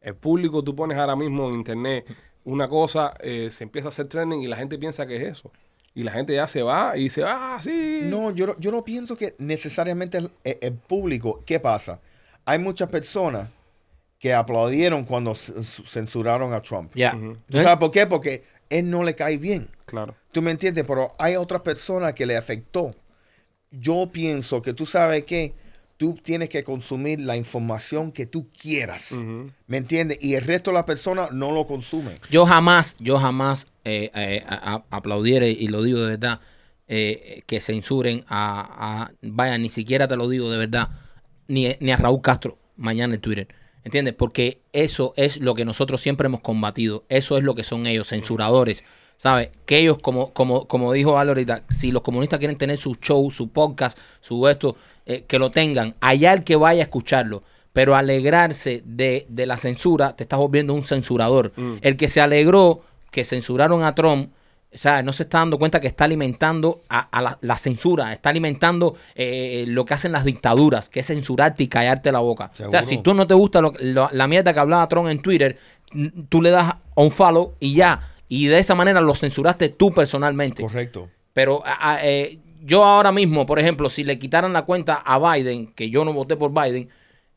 El público, tú pones ahora mismo en internet una cosa, eh, se empieza a hacer trending y la gente piensa que es eso. Y la gente ya se va y dice, ah, sí.
No, yo no, yo no pienso que necesariamente el, el- el público. ¿Qué pasa? Hay muchas personas que aplaudieron cuando c- censuraron a Trump.
Ya.
¿Tú sabes por qué? Porque él no le cae bien.
Claro.
¿Tú me entiendes? Pero hay otras personas que le afectó. Yo pienso que tú sabes que tú tienes que consumir la información que tú quieras. ¿Me entiendes? Y el resto de las personas no lo consumen.
Yo jamás, yo jamás eh, eh, a- a- aplaudiera, y lo digo de verdad, eh, que censuren a, a- Vaya, ni siquiera te lo digo de verdad, ni, ni a Raúl Castro mañana en Twitter. ¿Entiendes? Porque eso es lo que nosotros siempre hemos combatido. Eso es lo que son ellos, censuradores. ¿Sabes? Que ellos, como, como, como dijo Al ahorita, si los comunistas quieren tener su show, su podcast, su esto, eh, que lo tengan. Allá el que vaya a escucharlo. Pero alegrarse de, de la censura, te estás volviendo un censurador.
Mm.
El que se alegró que censuraron a Trump, o sea, no se está dando cuenta que está alimentando a, a la, la censura, está alimentando eh, lo que hacen las dictaduras, que es censurarte y callarte la boca. O sea,
Seguro.
si tú no te gusta lo- lo- la mierda que hablaba Trump en Twitter, n- tú le das un follow y ya. Y de esa manera lo censuraste tú personalmente.
Correcto.
Pero a- a- eh, yo ahora mismo, por ejemplo, si le quitaran la cuenta a Biden, que yo no voté por Biden,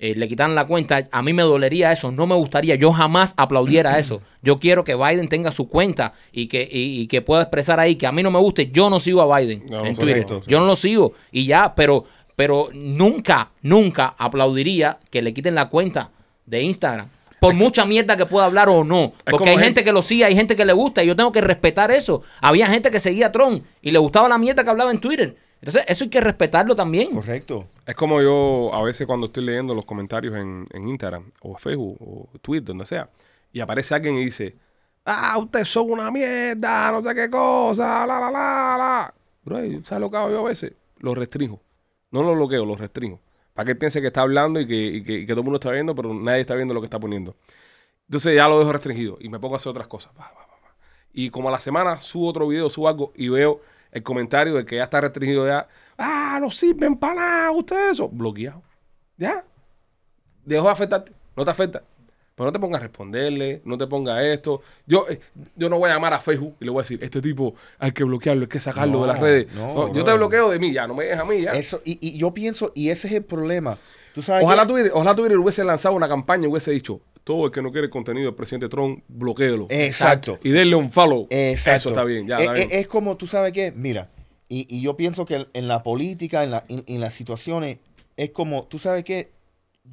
eh, le quitaran la cuenta, a mí me dolería eso, no me gustaría, yo jamás aplaudiera eso. Yo quiero que Biden tenga su cuenta y que, y, y que pueda expresar ahí que a mí no me guste, yo no sigo a Biden
No,
en
correcto,
Twitter.
sí.
Yo no lo sigo y ya, pero, pero nunca, nunca aplaudiría que le quiten la cuenta de Instagram. Por mucha mierda que pueda hablar o no.
como
Porque hay gente
gente-
que lo sigue, hay gente que le gusta y yo tengo que respetar eso. Había gente que seguía a Trump y le gustaba la mierda que hablaba en Twitter. Entonces, eso hay que respetarlo también.
Correcto.
Es como yo a veces cuando estoy leyendo los comentarios en, en Instagram o Facebook o Twitter, donde sea, y aparece alguien y dice, ah, ustedes son una mierda, no sé qué cosa, la, la, la, la. Bro, ¿y ¿sabes lo que hago yo a veces? Lo restringo. No lo bloqueo, lo restringo. Para que él piense que está hablando y que, y que- y que todo el mundo está viendo, pero nadie está viendo lo que está poniendo. Entonces ya lo dejo restringido y me pongo a hacer otras cosas. Pa, pa, pa, pa. Y como a la semana subo otro video, subo algo y veo el comentario de que ya está restringido ya. Ah, no sirven para nada ustedes eso. Bloqueado. Ya. Dejo de afectarte. No te afecta. Pero no te pongas a responderle, no te pongas esto. Yo, eh, yo no voy a llamar a Facebook y le voy a decir, este tipo hay que bloquearlo, hay que sacarlo
No,
de las redes.
no,
No, yo
bro.
te bloqueo de mí, ya, no me dejes a mí, ya.
Eso, y, y yo pienso, y ese es el problema. Tú sabes
Ojalá
que-
Twitter, ojalá Twitter hubiese lanzado una campaña y hubiese dicho, todo el que no quiere el contenido del presidente Trump, bloquéelo.
Exacto.
Y denle un follow.
Exacto. Eh,
Eso está bien, ya.
Es,
está bien.
es- es como, tú sabes qué, mira, y, y yo pienso que en la política, en, la- en- en las situaciones, es como, tú sabes qué,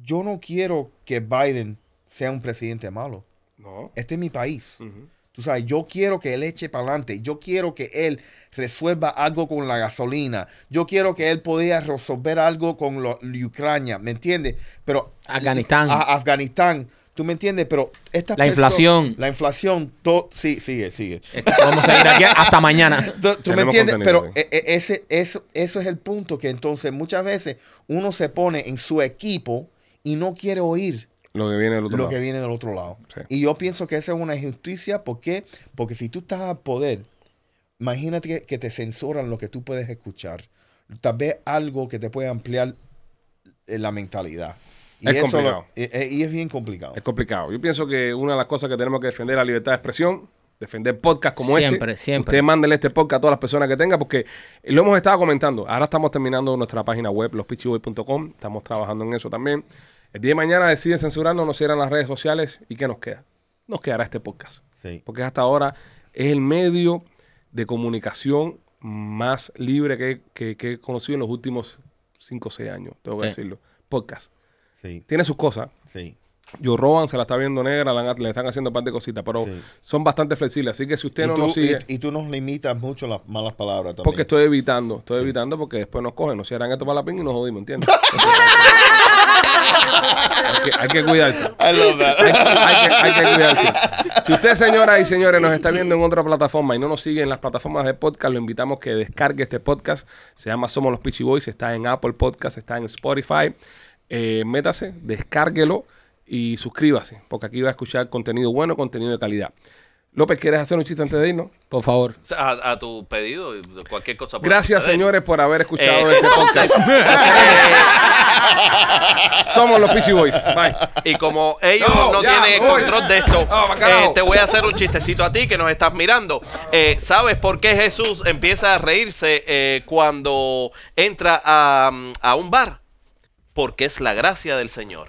yo no quiero que Biden sea un presidente malo.
no.
Este es mi país.
Ujú.
Tú sabes, yo quiero que él eche para adelante. Yo quiero que él resuelva algo con la gasolina. Yo quiero que él pueda resolver algo con lo- la Ucrania. ¿Me entiendes? Pero
Afganistán.
a Afganistán. ¿Tú me entiendes? Pero esta
La inflación.
La inflación. todo sí, sigue, sigue.
Esto podemos seguir aquí hasta mañana.
¿Tú, tú me
Tenemos
entiendes?
contenido,
Pero e- e- ese, eso, eso es el punto que entonces muchas veces uno se pone en su equipo y no quiere oír
lo que viene del otro
lo
lado.
que viene del otro lado.
Sí.
Y yo pienso que esa es una injusticia. ¿Por qué? Porque si tú estás al poder, imagínate que, que te censuran lo que tú puedes escuchar. Tal vez algo que te puede ampliar eh, la mentalidad. Y
Es
eso lo-
complicado.
eh, eh, y es bien complicado.
Es complicado. Yo pienso que una de las cosas que tenemos que defender es la libertad de expresión, defender podcast como
Siempre,
este.
siempre.
Usted mándele este podcast a todas las personas que tenga, porque lo hemos estado comentando. Ahora estamos terminando nuestra página web, lospitchyboy.com. Estamos trabajando en eso también. El día de mañana deciden censurarnos, nos cierran las redes sociales. ¿Y qué nos queda? Nos quedará este podcast.
Sí.
Porque hasta ahora es el medio de comunicación más libre que, que- que he conocido en los últimos 5 o 6 años, tengo que
Sí.
decirlo. Podcast.
Sí,
Tiene sus cosas,
sí.
yo Roban se la está viendo negra, la han- le están haciendo un par de cositas, pero
Sí.
son bastante flexibles. Así que si usted
y,
no
tú,
nos sigue,
y- y tú nos limitas mucho las malas palabras también.
porque estoy evitando, estoy evitando porque después nos cogen, nos cierran esto para la pinga y nos jodimos,
[LAUGHS]
¿entiendes? hay, que, hay que cuidarse.
I love that.
Hay, hay que, hay que cuidarse. Si usted, señoras y señores, nos está viendo en otra plataforma y no nos sigue en las plataformas de podcast, lo invitamos que descargue este podcast. Se llama Somos los Pitchy Boys. Está en Apple Podcast, está en Spotify. Eh, métase, descárguelo y suscríbase, porque aquí va a escuchar contenido bueno, contenido de calidad. López, ¿quieres hacer un chiste antes de irnos?
Por favor.
O sea, A, a tu pedido, y cualquier cosa. Pues, puede
Gracias,
suceder.
señores, por haber escuchado
Eh,
este
[LAUGHS]
podcast. Somos los Pitchy Boys. Bye.
Y como ellos
No,
no,
ya,
tienen el
voy.
control de esto,
No, pa' carajo.
eh, te voy a hacer un chistecito a ti que nos estás mirando. Eh, ¿Sabes por qué Jesús empieza a reírse eh, cuando entra a, a un bar? Porque es la gracia del Señor.